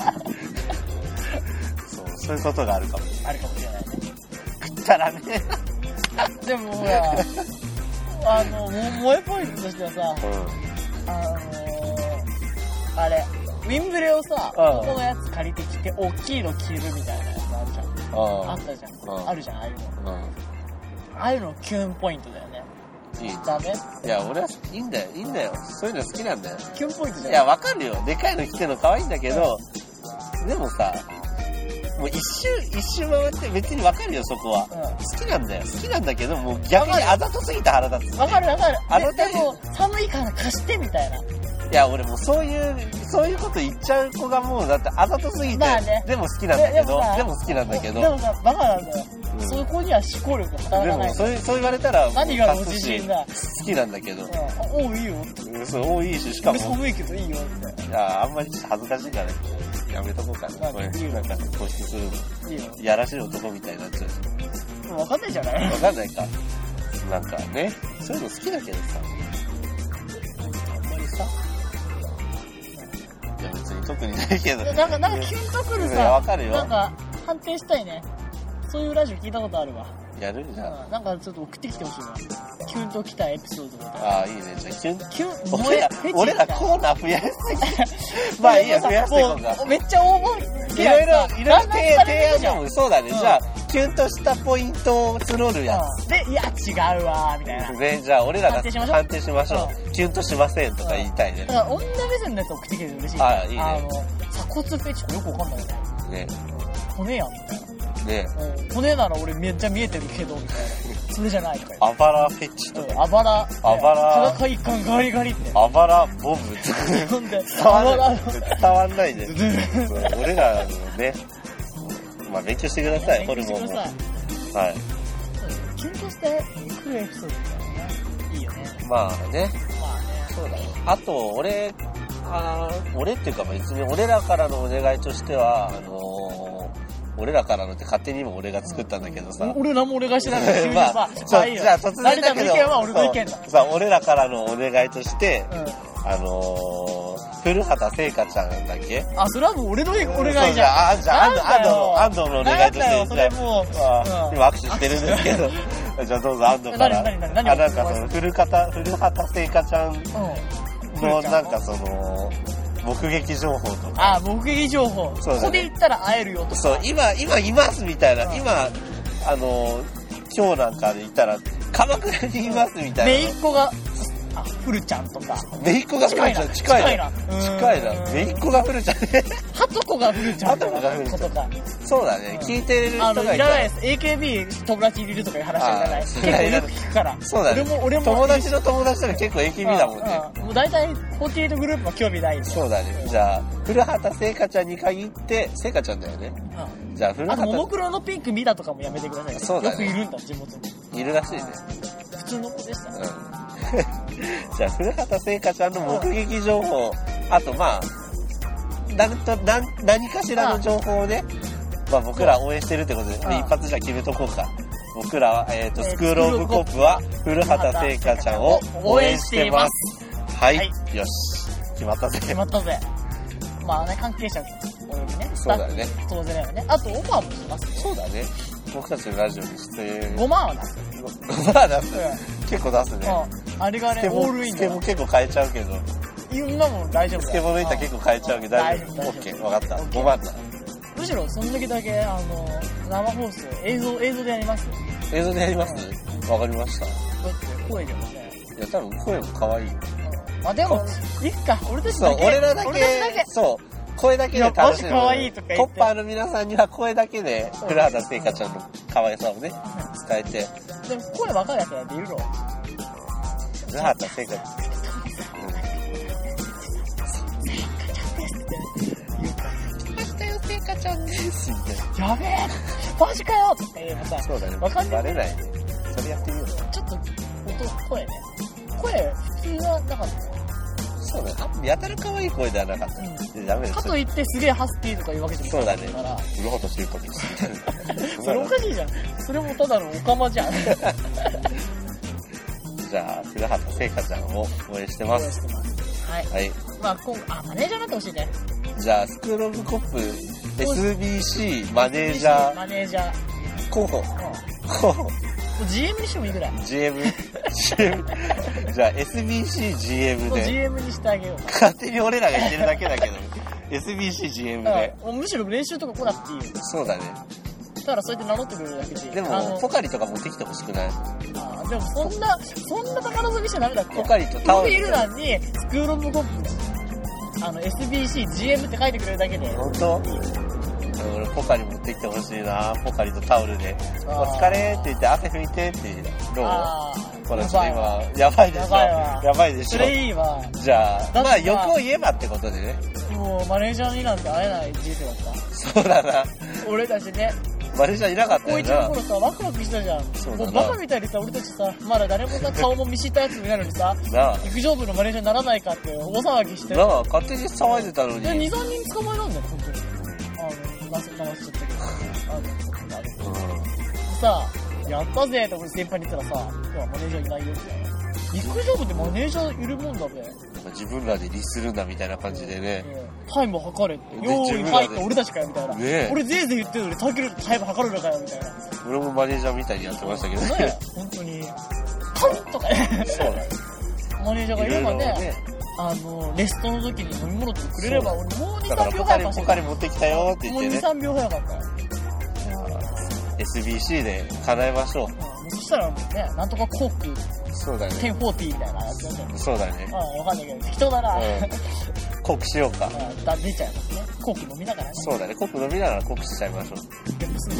そう、そういうことがあるかも。
あるかもしれないね。
食ったらね。
でもほら、あの、も萌えポイントとしてはさ、
う
あのー、あれ、ウィンブレをさ、
うん
ここのやつ借りてきて、大きいの着るみたいなやつあるじゃん。
ん。あ
あ
あ
っ。たじゃん。
うん
あるじゃん、ああいうの。
う
ああいうのキュンポイントだよね。
ん。いい。
ダメ
いや、俺はいいんだよ。いいんだよ。そういうの好きなんだよ。
キュンポイントじゃ
い
ん。
や、わかるよ。でかいの着てるの可愛いんだけど、でもさ、もう一周、一周回って別にわかるよ、そこは。
うん。
好きなんだよ。好きなんだけど、もう逆にあざとすぎて腹立つ。
わかるわかる。
あの
ででも、寒いから貸してみたいな。
いや、俺もうそういう、そういうこと言っちゃう子がもう、だってあざとすぎて、
まあね
でも好きなんだけど、
さ
でも好きなんだけど、
でもさ、バカなんだよ。
うん
そういう子には思考力が
で
働かな
も
い。
そういう、そう言われたら、
何が
もう
お
勝つ
自
し
信だ。
好きなんだけど、
うん。おう、いいよ。
うんそう、多いし、しか
俺
も、
寒いけどいいよ。みたい
いや、あんまりちょっと恥ずかしいから、やめとこうか
ま
な。
あ
これ、なんか、固執するの。
な。いいよ。
やらしい男みたいになっちゃうし。
もう分かんないじゃない
わかんないか。なんかね、そういうの好きだけどさ、あんまりさ、いや別に特にないけど、
でなんか、なんかキュンとくる
いや
さ
わ、かる
なん
よ。
か判定したいね。そういうラジオ聞いたことあるわ。
やるじゃん。
うんなんかちょっと送ってきてほしいな。キュンときたエピソードとか。
ああ、いいね。じゃあ、キュン。
キュン、萌
俺
え
ら、、俺らコーナー増やしすぎ。まあいいや、増やしていこうか。
もうめっちゃ応募
いろいろ、いろいろ提提案
じゃ
だ
ん。
もん。そうだね。
う
じ
ん
ゃあ、キュンとしたポイントを募るやつ。
で、いや、違うわー、みたいな。
ね、じゃあ俺らが
判定しましょう
判定しましょう。キュンとしませんとか言いたいね
だ。から、女目線のやつ送ってきてると嬉しい。
あいいね
あの、鎖骨フェチってよくわかんないよね。
ね、
骨やん、みたいな。
ね、
うん骨なら俺めっちゃ見えてるけど、みたい な。それじゃないとか言って。
あばらフェチと
うん
か、
あばら。
あばら
裸一貫ガリガリって。
あばらボブとかね。
なんで、
伝
あば
わ
ら
ん。ない。 伝わん ないね。そう俺らのね、まあ勉強してください、ホルモンも。は
さ
い。
キュンとしてくるエピソードみたいなね。いいよね。
まあね。
まあね。
そうだね。あと、俺、あー俺っていうか別に俺らからのお願いとしては、あのー俺らからのって勝手にも俺が作ったんだけどさ。
俺何 もお願いしてないから急に さ、
まあ
まあ
そう
いいよ
じゃあ突然だけど
成田の意見は俺の意見だ。
そうさ俺らからのお願いとして、
う
あのー、古畑聖華ちゃんだっけ
ん。あ、それはもう俺のお願
そう
いじゃん。
あ、じゃあ、安藤、安藤の、
なん
安藤のお願い
だよ
と
なんだよ、
し
そ
て、
れもう。
じゃあ、
うん
今握手してるんですけ ど、じゃあどうぞ安藤から。
何何何何
あ、なんかその、古畑、古畑聖華ちゃん
うん。
の、なんかその、目撃情報とか。
あ、目撃情報。
そうだね
ここで行ったら会えるよとか。
そう、今、今いますみたいな
う、ん
今、あの、今日なんかで行ったら、鎌倉にいますみた
めい
い
っ子が、あ、ふるちゃんとか。
な。めいっ子が古
近い
ち
な
ゃん、。近いな。
な。
近いな
う。ん
めいっ子が古ちゃんね。
はとこがふるちゃんと
はとこがふるちゃ
か。
ん
とか。
そうだね、聞いてる人
あ
が
の、い
い
ら
た
ないで
ら。
す。AKB 友達いるとかいう話はいらな
あ
い。結
そ
構
れはいら
よ
な
く
い
聞くから。
そうだね。
俺も、俺も。
友達の友達なら結構
意
AKB だもんね。。
うんもう大体、48グループは興味ないんで。
そうだね。じゃあ、古畑聖華ちゃんに限って、聖華ちゃんだよね。
うん
じゃあ、古
あと、もも
畑
クロのピンク見たとかもやめてくださいね。
そうだね
よくいるんだ、地元に。
いるらしいね。
普通の子でした
う
ね。
ん。じ ゃあ、古畑聖華ちゃんの目撃情報、あとまあ、なんと、なん、何かしらの情報をね、まあ僕ら応援してるってことで、
うん
一発じゃ決めとこうか。僕らは、えっ、と、
えー
スクールオブコップは、古畑聖華ちゃんを応援しています。はい。
はい
よし。決まった
決
ぜ。
まったぜ。まあね、関係者およびね。
そうだよね。
当然だよね。あと、オファーもします。
そうだね。僕たちのラジオに出演。
5万は出す。
まあ出す
う。
結構出すね。
ん。あれが
ス
ね、
ケボ
オールイ
ー
ン
ス
だ
ケ
よ
ボー。結構変えちゃうけど、
いろんなもん大丈夫だよ
スケボーの板結構変えちゃうけど、大丈
うん
夫。オッケ
大
ー、
丈
わかった。
オッケー
5万だ。
むしろ、その時だけ、あの、生放送、映像、映像でやりますよ。だ
映像でやりますわかりました。い
って、声でもね。
や、多分声も可愛い。
うんまあでも、いっか、俺たち
そう
だ、け。
俺らだ
俺たち
け、そう、声だけで楽し
い
む。
やマジ可愛いとか言って
コッパーの皆さんには声だけで
そう、
古畑聖華ちゃんの可愛さをね、伝えて、
け。でも、声分かるやつなんているの
古畑聖華ちゃんです。
やべえマジかよとか言えばさ、
そうだね。
わかんな
バ
い
レないね。それやってみよう。
ちょっと音、声ね。声、普通はなかっ
そうだね。あやたら可愛い声ではなかった。でダメ
た。
だ
かといってすげえハスキーとか言うわけじゃ
そうだね。
だから、
うろほとしてることです。
それおかしいじゃん。それもただのオカマじゃん。応援
じゃあ、古畑聖華ちゃんを応援してます。
してます。はい。
はい。
まあ、今後、あ、マネージャーになってほしいね。
じゃあ、スクールオブコップ SBC マネージャー
マネージャー。
候補。
うんも
候補。
う GM にしてもいいぐらい。も
GM。GM。じゃあ、SBCGM
う
で。
GM にしてあげよう。
勝手に俺らが言ってるだけだけど。SBCGM で
うん。もうむしろ練習とか来なくていいよ。
そうだね。
ただそうやって名乗ってくれるだけで。
で
あ
も、
の
ポカリとか持ってきてほしくない
あーでもそんな、そんな宝探しじゃダメだって。
ポカリとタ
プ
オル
ロフィール欄に、スクールオブコップ、あの、SBC、GM って書いてくれるだけで。
本当俺ポカリ持ってきてほしいなポカリとタオルで「お疲れ」って言って汗拭いてってどう
あー
ほら
や
ちょっ
ば
と
いわ
今やばいでしょ
やばいわ
やばいでし
そ
ょ
れいいわ。
じゃあ
だってさ
まあ欲を言えばってことでね
もう、マネージャーになんて会えない人生だった。
そうだな
俺たちね、
マネージャーいなかった
高
よ
一の
な
頃さ、ワクワクしたじゃん。
そう
も
だ
う
な
バカみたいにさ、俺たちさ、まだ誰もさ、顔も見知ったやつになるのにさ、
なあ
陸上部のマネージャーにならないかって大騒ぎして。
なあ勝手に騒いでたの
で、2、
に
3人捕まえなんだよ、本当に。あの、なす、なすちゃったけど。あの、
う
あの
ん
さやったぜって俺先輩に言ったらさ、今日はマネージャーいないよみたいな。陸上部ってマネージャーいるもんだべ。
なんか自分らで律するんだみたいな感じでね。
うんタイム測れって。
で
用
自
意
分
は
ら
いっ
で
て俺たちかよみたいな。
ねえ
俺ぜいぜい言ってるのに、タキルタイム測るのかよみたいな。
俺もマネージャーみたいにやってましたけど
ね
ね。
え、本当に。パンとかね。
そうなんです。
マネージャーがいれば
いろいろ
ね、あの、レストの時に飲み物とかくれれば、俺もう2、
だから
3
ポ
秒
カ
早
リ、
かっ
ポ
たよ。
カリ持ってきたよって
も
言
う
って
2、
ね。
3秒早かったよ。
SBC で叶えましょう。
うんそしたらもうね、なんとかコーク
そうだね。
1040みたいなやつなんだよ。
そうだね。
うん、わかんないけど、適当だな。
うん。コックしようか。
まあだ出ちゃいますね。コーク飲みながらね。
そうだね。コック飲みながらコックしちゃいましょう。
ゲップする。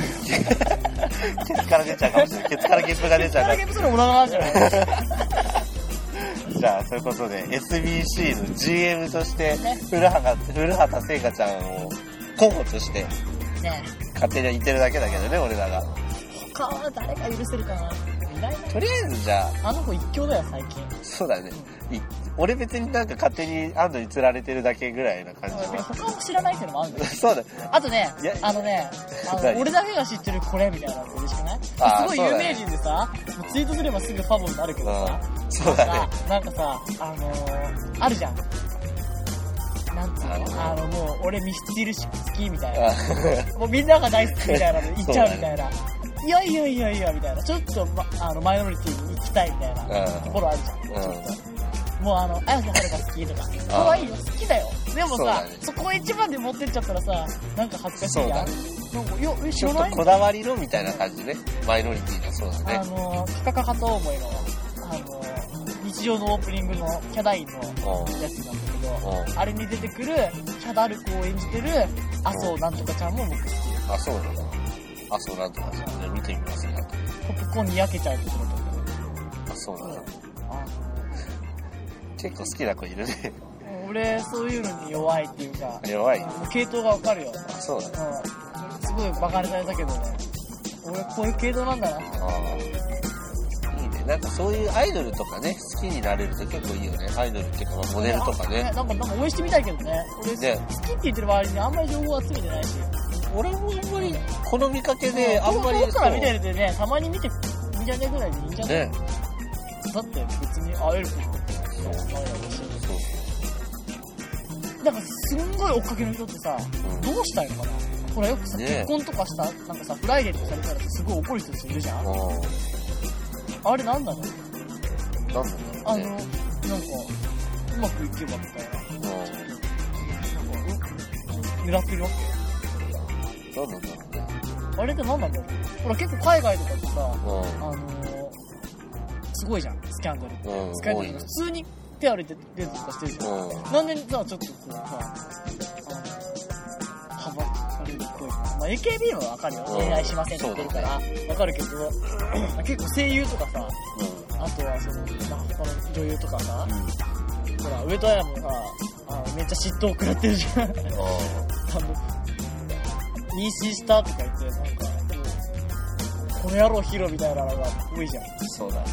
ケツから出ちゃうかもしれない。ケツからゲップが出ちゃうか
ゲップする俺の話じゃない。
じゃあ、そういうことで、SBC の GM として、古畑、古畑聖華ちゃんを候補として、
ね
勝手に言ってるだけだけどね、俺らが。
え他は誰が許せるかないないな。
とりあえずじゃあ、
あの子一強だよ、最近。
そうだね。い俺別になんか勝手に安藤に釣られてるだけぐらいな感じ で。
他を知らないっていうのもあるんだよ。
そうだ。
あとね
いや、
あのね、あの
何
俺だけが知ってるこれみたいなの嬉しくないす
あー
ごい
そう
有
だね
名人でさ、もうツイートすればすぐファボになるけどさ、
うん。そうだね。
なんかさ、あのー、あるじゃん。なんつうの、あのもう俺ミスチル好きみたいな。もうみんなが大好きみたいなの言っちゃうみたいな。いやいやいやいやみたいな。ちょっと、ま、あのマイノリティに行きたいみたいな
うん
ところあるじゃん。
うん
ちょっと。もうあの、綾瀬はるか好きとか、可愛いよ、好きだよ。でも
そう
さ
だね、
そこ一番で持ってっちゃったらさ、なんか恥ずかしい
そう
や
だ
ん
ね。
なんか、よ、え知
ちょ
ら
っ
ない
とこだわりのみたいな感じね。マイノリティのそうだ
あ
ね。
の、カカカと思いの、あの、日常のオープニングのキャダイン
う
のやつなんだけど、
ん。うん。
あれに出てくる、キャダルクを演じてる、麻生なんとかちゃんも僕好き。
あ、そうだな。あ、そうなんとかじゃあ、じゃあ見てみますね。
ポップコーンにやけちゃうところとか。
あ、そうだな。
あ
結構好きな子いるね。
俺、そういうのに弱いっていうか、
弱い。
もう系統がわかるよ。
あ、そうだな。
うん。すごいバカにされたけどね。俺、こういう系統なんだな。
ああ。いいね。なんかそういうアイドルとかね、好きになれると結構いいよね。アイドルっていうか、まあモデルとかね
あ。なんか、なんか応援してみたいけどね。俺、
ね
好きって言ってる割にあんまり情報集めてないし。
俺もあんまり、この見かけで、あんまり
遠くから見てるでね、たまに見て、見じゃねえぐらいでいいんじゃない、
ね。
だって別に会えることもないだろうし。
そう
なんかすんごい追っかけの人ってさ、
ん
どうしたいのかなほらよくさ、
ねえ
結婚とかした、なんかさ、フライデーとかされたらさすごい怒る人たちいるじゃん
そう。
あれなんだろう
うん。なんだろ
あ
う
の、
ね。
なんか、うまくいけばみたいな。なんか、うん狙ってるわ
うん。なんだろうね。
け。あれってなんなんだろうほら結構海外とかってさ、あ
う
のー、すごいじゃん、スキャンダル。
ん。うん。
スキャン
多
ダ
い
ル
ね
が普通に手歩いてデートとかしてるじゃん
う。ん。
なんでさ、ちょっとこうさ、あの、幅取れる声。まあ、AKB はわかるよ。
うん
恋愛しませんって言ってるから、わ、かるけど、結構声優とかさ、あとはその、まあ、他の女優とかさ、ほら、上戸彩もさ、あのめっちゃ嫉妬を食らってるじゃん。あの、妊娠したとか言って、なんか、この野郎ヒロみたいなのが多いじゃん。
そうだね。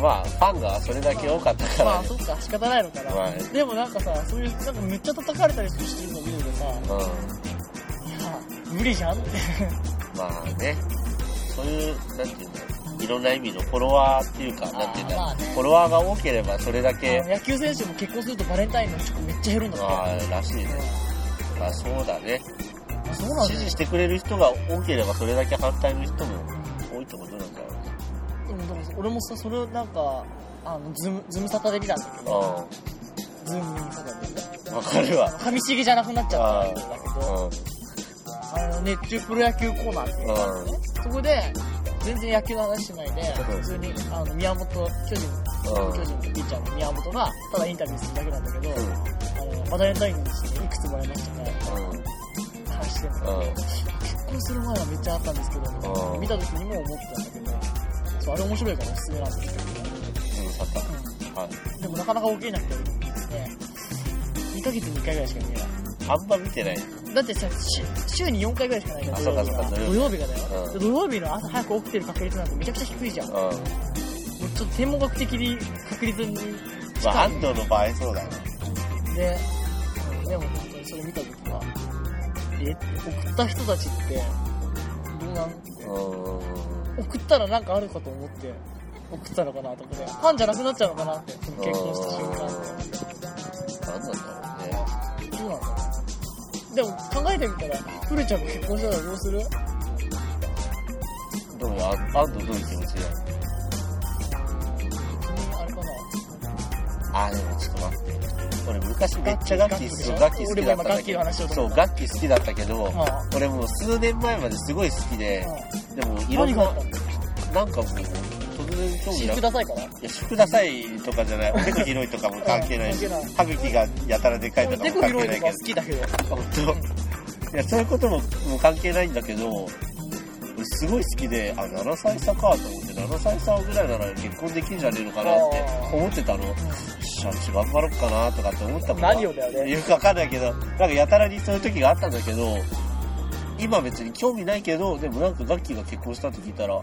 まあ、ファンがそれだけ多かったか
ま
ら
あ、
ね。
そっか、仕方ないのかな。
はい
でもなんかさ、そういう、なんかめっちゃ叩かれたりしてるの見るとさ、
うん。
いや、無理じゃんって。
まあね、そういう、なんていうんだろう、いろんな意味のフォロワーっていうか、なんていうんだろう、
まあね
フォロワーが多ければそれだけ
あ、の野球選手も結婚するとバレンタインのチョコめっちゃ減るんだ
あ
っ
あ、らしいね。まあそうだね。
て。そうなんだ
支
よ
持してくれる人が多ければそれだけ反対の人も多いってことなんだろうね。
でもだから俺もさ、それをなんか、あの、ズーム、ズームサタで見たんだけど、
う
ズームサタでね。
ん。わかるわ。
上重じゃなくなっちゃったんだけ
う
ど、
ん。
あの、熱中プロ野球コーナーっていうのがあってね、そこで、全然野球の話しないで、
うん
普通に、あの、宮本、巨人、
うん
巨人のピッチャーの宮本が、ただインタビューするだけなんだけど、あの、バレンタインにしていくつもらいましたね、話してんの。
うん。うん。
結婚する前はめっちゃあったんですけど、
うん
見た時にも思ったんだけど、そうあれ面白いからおすすめなんですけ
ズムサ
ど、
タ。はい。
うんでもなかなか起きなくて、ね、2ヶ月に1回ぐらいしか見えな
あんま見てない。
い。だってさ、し週に4回ぐらいしかないから、
あ
土曜日
そうか
が。
そうか
土曜日がだよ、
うん
土曜日の朝早く起きてる確率なんてめちゃくちゃ低いじゃん。
うん。
もうちょっと天文学的に確率に
まあ
近
安
いん
藤の場合そうだな。
で、うんでも本当にそれ見た時は、え、送った人たちって、どうなんって
うん。
送ったらなんかあるかと思って送ったのかなと思ってファンじゃなくなっちゃうのかなってその結婚した瞬間
何なんだろうね。
どうなんだろうでも考えてみたらフルちゃんが結婚したらどうする
どうも、ああとどういう気持ちだ
別にあれかな
あ、でもちょっと待って。俺昔めっちゃ楽器、
楽器
そう
楽
楽
器
器
でし
好き
ょ
だったんだ
俺も今楽器
けど。
の話をと
そ
思っ
う、
た
楽器好きだったけど、
まあ
俺もう数年前まですごい好きで、でもいろ
何
ん
が
な
あった、の
なんかもう、突然興味
知
なく
ってくださいから
いや、宿ダサいとかじゃない、おでこ広いとかも関係ないし
うん関係な、
歯茎がやたらでかいと
俺
かも
猫
関係ないい
広と
け
か好きだけど
ど、本当いや、そういうことももう関係ないんだけど、すごい好きで、あ、7歳差かと思って、7歳差ぐらいなら結婚できるんじゃねえのかなって思ってたの。よしよし、頑張ろっかなとかって思ったもんな
何をだよね
よくわかんないけど、なんかやたらにそういう時があったんだけど、今別に興味ないけど、でもなんかガッキーが結婚したって聞いたら、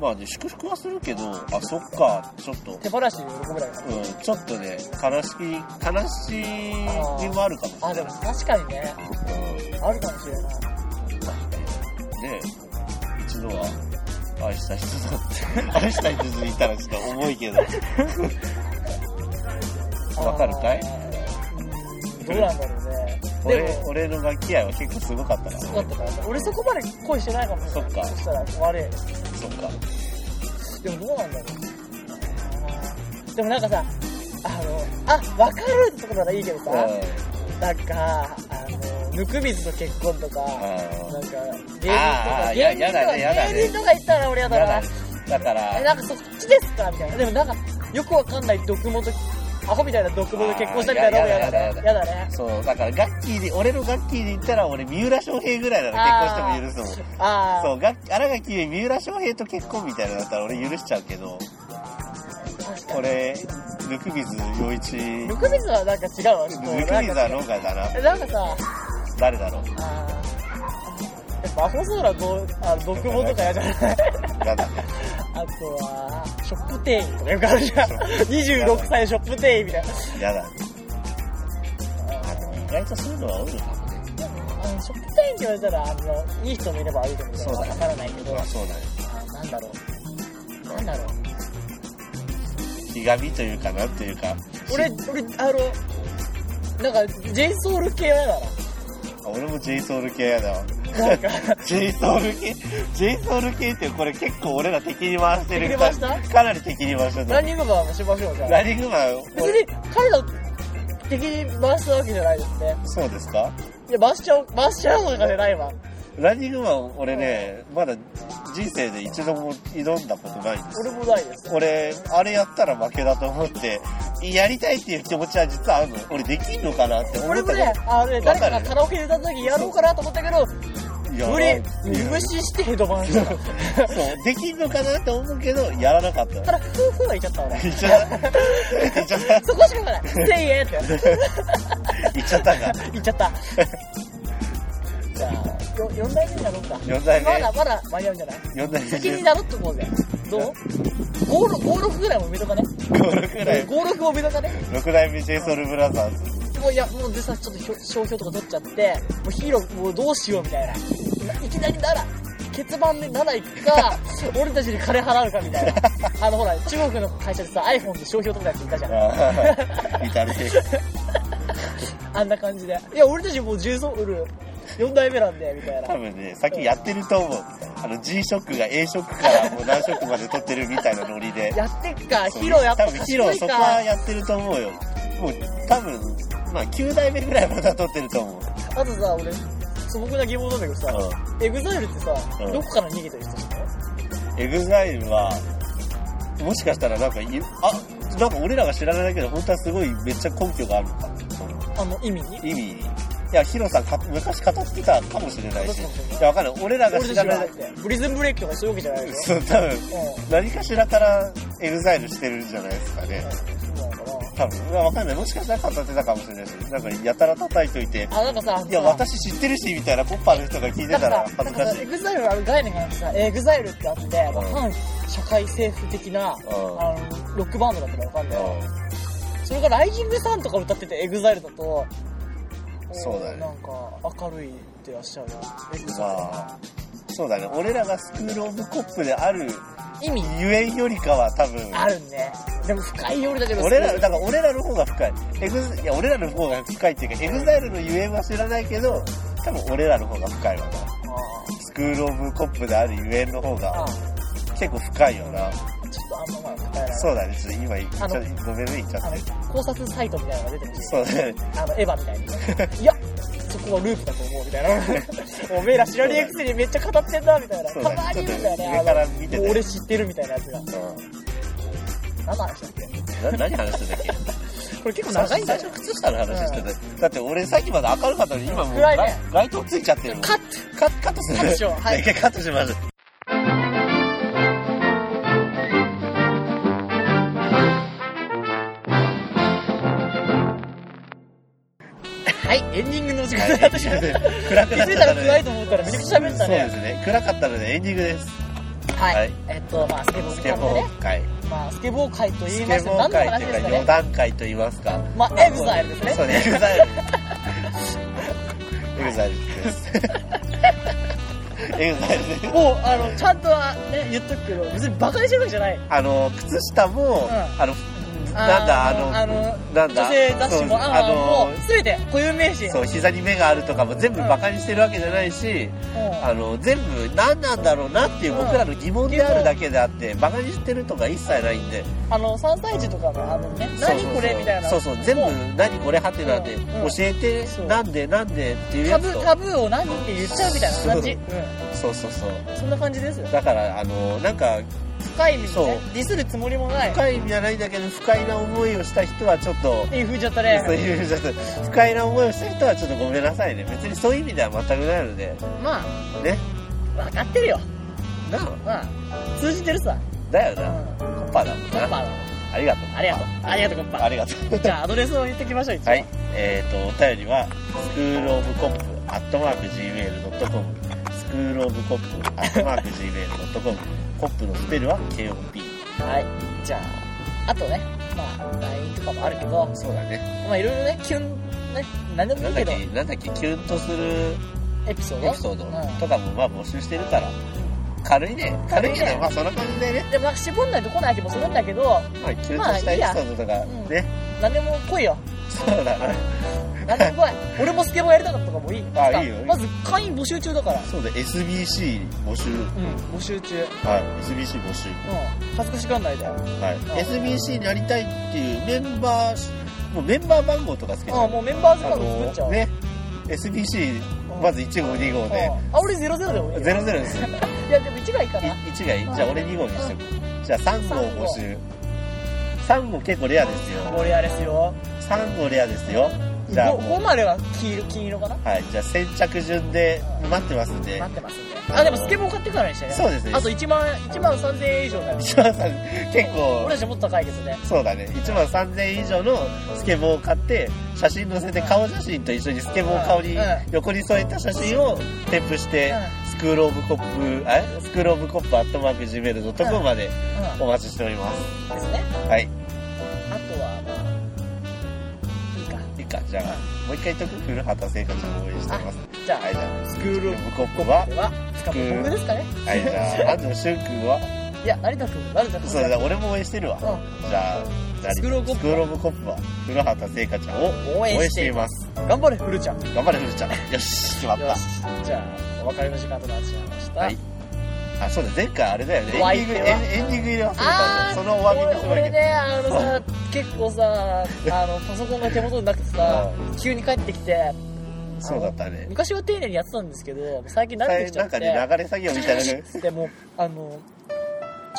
まあね、祝福はするけど、あ、そっか、ちょっと、
手放しで喜ぶぐらいか
うん、ちょっとね、悲しみ、悲しみもあるかもしれない。
あでも確かにねあるかもしれない
うん、ね一度は愛した人だって、愛した人ずいたらちょっと重い けど、わかるかい
うんどうなんだろうねで
俺
も、
俺のガキ愛は結構すごかったな。
そうだったから俺そこまで恋してないかもしれない
そっか
そしたら悪い
そっか。
でもどうなんだろうでもなんかさあのあ分かるってとこならいいけどさ、
う
なんかあのぬくみずと結婚とか、
ん。うん
なんか芸人と
あ
か
ーいや
芸人
や
とか
だねやだね
芸人とか言ったら俺やだ
だ
な
かだか
え
ら、
なんかそっちですかみたいなでもなんかよくわかんない毒元アホみたいな毒元結婚したみたいなのもやだ
あー
ね
や
やだね
そう、だからガッキーで、俺のガッキーで言ったら俺、三浦翔平ぐらいなら結婚しても許すもん。
あー
そう、ガッ、荒垣結衣三浦翔平と結婚みたいなのだったら俺許しちゃうけど、
確かに
俺、ぬくみず陽一、ぬ
ぬ
く
くみずはなんか違うわちょっと
みず
なんか
は農家だな。
えなんかさ
誰だろ う
あーやっぱアホそうなどあの毒元とかやじゃない
なんだね。
あとはショップ店員とかよくあるじゃん26歳ショップ店員みたいな
やだね。あ、でも意外とそういうのは多いのかもね。
でもあのショップ店員って言われたらあのいい人もいれば悪い人もいれば
そうだ
わ
ね
からないけど
まあそうだね。
あーなんだろうなんだろう
ひがみというかなんというか。
俺、俺、あの、なんか、JSOUL 系はや
あ俺も JSOUL 系やだわ。
だな。なんか、
JSOUL 系 ?JSOUL 系ってこれ結構俺ら敵に回してる
敵に回した
かなり敵に回したと
ラン
思
ニングバーもしましょう、じゃ
う。
あ。
ランニングマン、
別に、彼らを敵に回したわけじゃないですね。
そうですか
いや、回しちゃう、回しちゃうとかじゃないわ。
ランニングマン、俺ね、まだ人生で一度も挑んだことないんです。
俺もないです。
俺、あれやったら負けだと思って、やりたいっていう気持ちは実はあるの。俺できんのかなって思った
俺も
こと
ね、あのね、
わか
誰か
る
がカラオケで歌った時やろうかなと思ったけど、
いや
無
い
理、
や
無視してヘドバンした。
そう、できんのかなって思うけど、やらなかった。
ただ、ふうふうは言っちゃった、俺。
言っちゃった。言っちゃ った。
そこしか言わない。せいえって。
言っちゃったか。
言っちゃった。じゃあ、よ4代目になろうか。
4代
まだ
目。
まだ間に合うんじゃない
4代目。
先に習っとこうぜ。どう ?5、6ぐらいも見とかね。
5、6代
5、6を見とかね。
目。6代目 JSOUL ブラザーズ。
もういや、もうでさ、ちょっとひょ商標とか取っちゃって、もうヒーロー、もうどうしようみたいな。いきなりなら、結番で7行くか、 俺たちに金払うかみたいな。あのほら、中国の会社でさ、iPhone で商標取ったやついたじゃん。
ああ、いたね。
あんな感じで。いや、俺たちもう10ソウル、4代目なんで、みたいな
多。分ね、先やってると思う。あの、G ショックが A ショックからもう何ショックまで取ってるみたいなノリで。
やってっか、ヒーローやっぱ
多分ヒロ
賢い
そこは
か。
やってると思うよ。もう、多分、まあ9代目ぐらいまだ取ってると思う。
あとさ、俺、素朴な疑問なんだけどさ、
う
エグザイルってさ、
うん
どこから逃げた人知ってる
エグザイルは、もしかしたらなんかい、あ、なんか俺らが知らないだけで、本当はすごいめっちゃ根拠があるのか。その
あの意味に
意味に。いや、ヒロさんか昔語ってたかもしれないし。
語ってたかもしれない
いや、わかんない。俺らが
俺
知
たち
ら
が
ない。
ブリズンブレイクとかそういうわけじゃないよ。
そう、多分、
う
何かしらからエグザイルしてるんじゃないですかね。
ん。そうなのか
多分、いやわかんない。もしかしたら語ってたかもしれないし、なんかやたら叩いといて、
なあ、なんかさ、
いや、私知ってるし、みたいなポッパーの人が聞いて
な
た
んから さ、
恥
なん
ずか
か
し
さ、
い
エ。グザイルある概念があってさ、エグザイルってあって、まあ
うん
反社会政府的な、
う
あ
ん
の、ロックバンドだったらわかんない。
う
それがライジングサンとか歌っててエグザイルだと、
そうだね
なんか、明るいってらっしゃるわ。
まあ、そうだね。俺らがスクールオブコップである
意味
ゆえんよりかは多分、
あるね。でも深いよりだけど、
俺ら、だから俺らの方が深い。エグザいや、俺らの方が深いっていうか、エグザイルのゆえんは知らないけど、多分俺らの方が深いわな。スクールオブコップであるゆえんの方
あ
が
あ、ちょ
結構深いよな。
っとあんままだ答えられない。
そうだね。ちょっと今、ちょ
あ
っ
の
とごめんね、言っちゃ
あ
って。
の、考察サイトみたいなのが出てるし、
そうだね。
あの、エヴァみたいにね。いや、そこはループだと思うみ たいな。おめえら知らねえくせにめっちゃ語ってんな、みたいな。
そう
た
だね
まにいるんだよね
ちょっと。上から見てて
あのもう俺知ってるみたいなやつが。
う
何の話だっけ
ん。な何話してたっけ
これ結構
最
長い
初
んだ
最
よ
初。靴下の話してた、だって俺さっきまで明るかったのに今もう
暗
ラ
い
イ,、
ね
トついちゃってるもん
カッ
カッカットする
カットしよ うはい
一回カットします
はい、エンディングの 時間
はい
だった気づ
暗くなっ
い
ち
た
ゃ
ら
った
暗い
ね
と思ったらめちゃくちゃ喋った
そうで
ね。
すね暗かったのでエンディングです
はい。
はい
えっと、まあ、スケボー
ス
時
ケ
間
ボ
でね。
ー界
まあ、スケボー界と言
ス
いま
ケ
して、
ボー
何の
界とい
話
うか
ですか
四
ね。
段階といいますか
まあ、エグザイルですね。
そうねエグザイルエグザイルですエグザイルです
もう、あの、ちゃんとはね、言っとくけど、別にバカにしてるわけじゃない。
あの靴下も、
うん
あのなんだあの
あの、
なんだ
女性雑誌
そう
も、あ
あの
の、もう、すべて固有名詞。
そう膝に目があるとかも全部バカにしてるわけじゃないし、
うん
あの全部何なんだろうなっていう
うん
僕らの疑問であるだけであってバカにしてるとか一切ないんで
あの、3歳児とかの、あのね、
そう
何
そうそう
これみたいな。
そうそう全部
も
「何これはてな」で
うん
教えて
そう
なんでなんでっていう
タ
や
ブ
つ
ー、
と
タブーを何って言っちゃうみたいな感じ。う
そ
ん。
そうそうそう
そんな感じですよ。
だからあのなんか
深い意味で
そう
ね、ディスるつもりもない。
深い意味じゃないんだけど不快な思いをした人はちょっと
いい風じゃった
そう
ね。
いうちょっと不快な思いをした人はちょっとごめんなさいね別にそういう意味では全くないので
まあ、
ね
分かってるよ。
なあ
まあ、通じてるさ。
だよ
うん。
なコッパーだもん
コッパ
な
ーだ
ありがとう
ありがとう。ありがとう、コッパー
ありがとう
じゃあ、アドレスを言ってきましょう、一応。
はい。。えっ、と、お便りは、スクールオブコップ、アットマーク Gmail.com、スクールオブコップ、アットマーク Gmail.com、コップのスペルは KOP。
はい。じゃあ、あとね、まあ、LINE とかもあるけど、
そうだね。
まあ、いろいろね、キュン、ね、何でも
ないん
い
だ
け
っ
ど、
け、なんだっけ、キュンとする
エピソード。
エピソード
うん
とかも、まあ募集してるから、軽いね。軽いけ
軽い
ど、
ね
まあそんな感じでね、
でもなんか絞んないと来ない気もするんだけど、
まあキュンとしたエピソードとか
まあいい
ね、
何でも来いよ。
そうだな。
何で も来い。俺もスケボーやりたかったとかもいい。
あ
さ
いいよ
まず会員募集中だから。
そうだ、SBC 募集。
うん、募集中。
はい、SBC 募集。
うん。恥ずかしがんないで。
はい。SBC になりたいっていうメンバー、もうメンバー番号とかつけちゃ
あ
う
あ、もうメンバーズ
あ
カード作っちゃお
の
う。
ね、SBC、まず1号、2号で、
うんあ、俺00でもいいよ。
00です。い
いや、でも1がいいかな。
1がいいじゃあ俺2号にしてく。じゃあ3号募集。3号結構レアですよ。
俺あれですよ。
3号レアですよ。じゃあ
5
もう、
までは黄色、金色かな
はい、じゃあ先着順で待ってますんで
なっ。てますんで。あ、でもスケボー買ってからにしてね。
そうですね
あ。と1万、1万3000円以上だよ。
一番さん、結
俺
構
た、ちもっと高いけどね。
そうだね。1万3000円以上のスケボーを買って、写真載せて顔写真と一緒にスケボーを顔に
うん
横に添えた写真を添付して
う、
スクールオブコップ、あれスクールオブコップアットマークジメルドとこまで
う
お待ちしております。
ん。ですね。
はい。
あとは、まあ、いいか。
いいか、じゃあ、もう一回言っとく古畑生活を応援しております。
じゃ
はい、じゃ
あ、
あ、
ス
ス
ク
ク
ー
ー
ル
ル
オ
オ
ブ
ブコップ
コッ
は
プ、は、つかも僕ですかね。
はい、じゃあ、安藤俊君は、
いや、成田君、成田君。
そうだ、俺も応援してるわ。じゃあ、何
スクールオブコ
ス
ップは
クールオブコップは、古畑聖華ちゃんを
うん。応
応
援
援
し
してて
い
い
ま
ますす。。
頑張れ、フルちゃん。よ
頑張れ、古ちゃん。よし、決まった。
し。じゃあ、お別れの時間となってしまいました。
はいあ、そうだ、前回あれだよね。
お相
エンディング、
手は
エンエンディング入れ忘れたんで、
あー
そのお詫びにし
俺俺
て
ね、あのさ、結構 さ、あの、パソコンが手元になくてさ、急に帰ってきて、
そうだったね。
昔は丁寧にやってたんですけど、最近慣れてきちゃ
な
っ
ん
て、
かね、流れ作業みたいなね。
でもう、あの、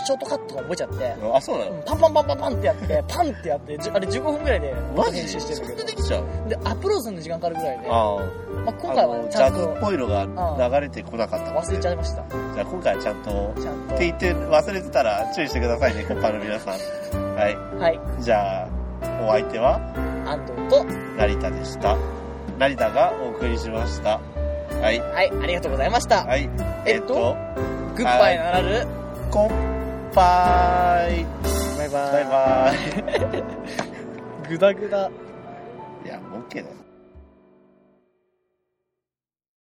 ショートカットが覚えちゃって、
あ、そうな
うんパンパンパンパンパンって やって、パンってやって、じゅあれ15分ぐらいで
のマジ
練習して
そ
る
ん
ん
な
だ
で
け
きちゃう
ど、で、アップロードするの時間かかるぐらいで、まあ、
ああ。
今回は
あの
ちゃん
ジャズっ
と
ぽいのが流れてこなかったもん
忘
ね
れちゃいました。
じゃあ今回はちゃんと
ちゃん
って言って忘れてたら注意してくださいねコッパの皆さんは
と。はい、
いじゃあお相手は
安藤と、
成田でした成田がお送りしましたはい
はい、ありがとうございました。
はい
えっとグッバイならぬ、
コッパーイ
バイ
バイバ
グダグ
イ
ダ。
いやもう OK だよ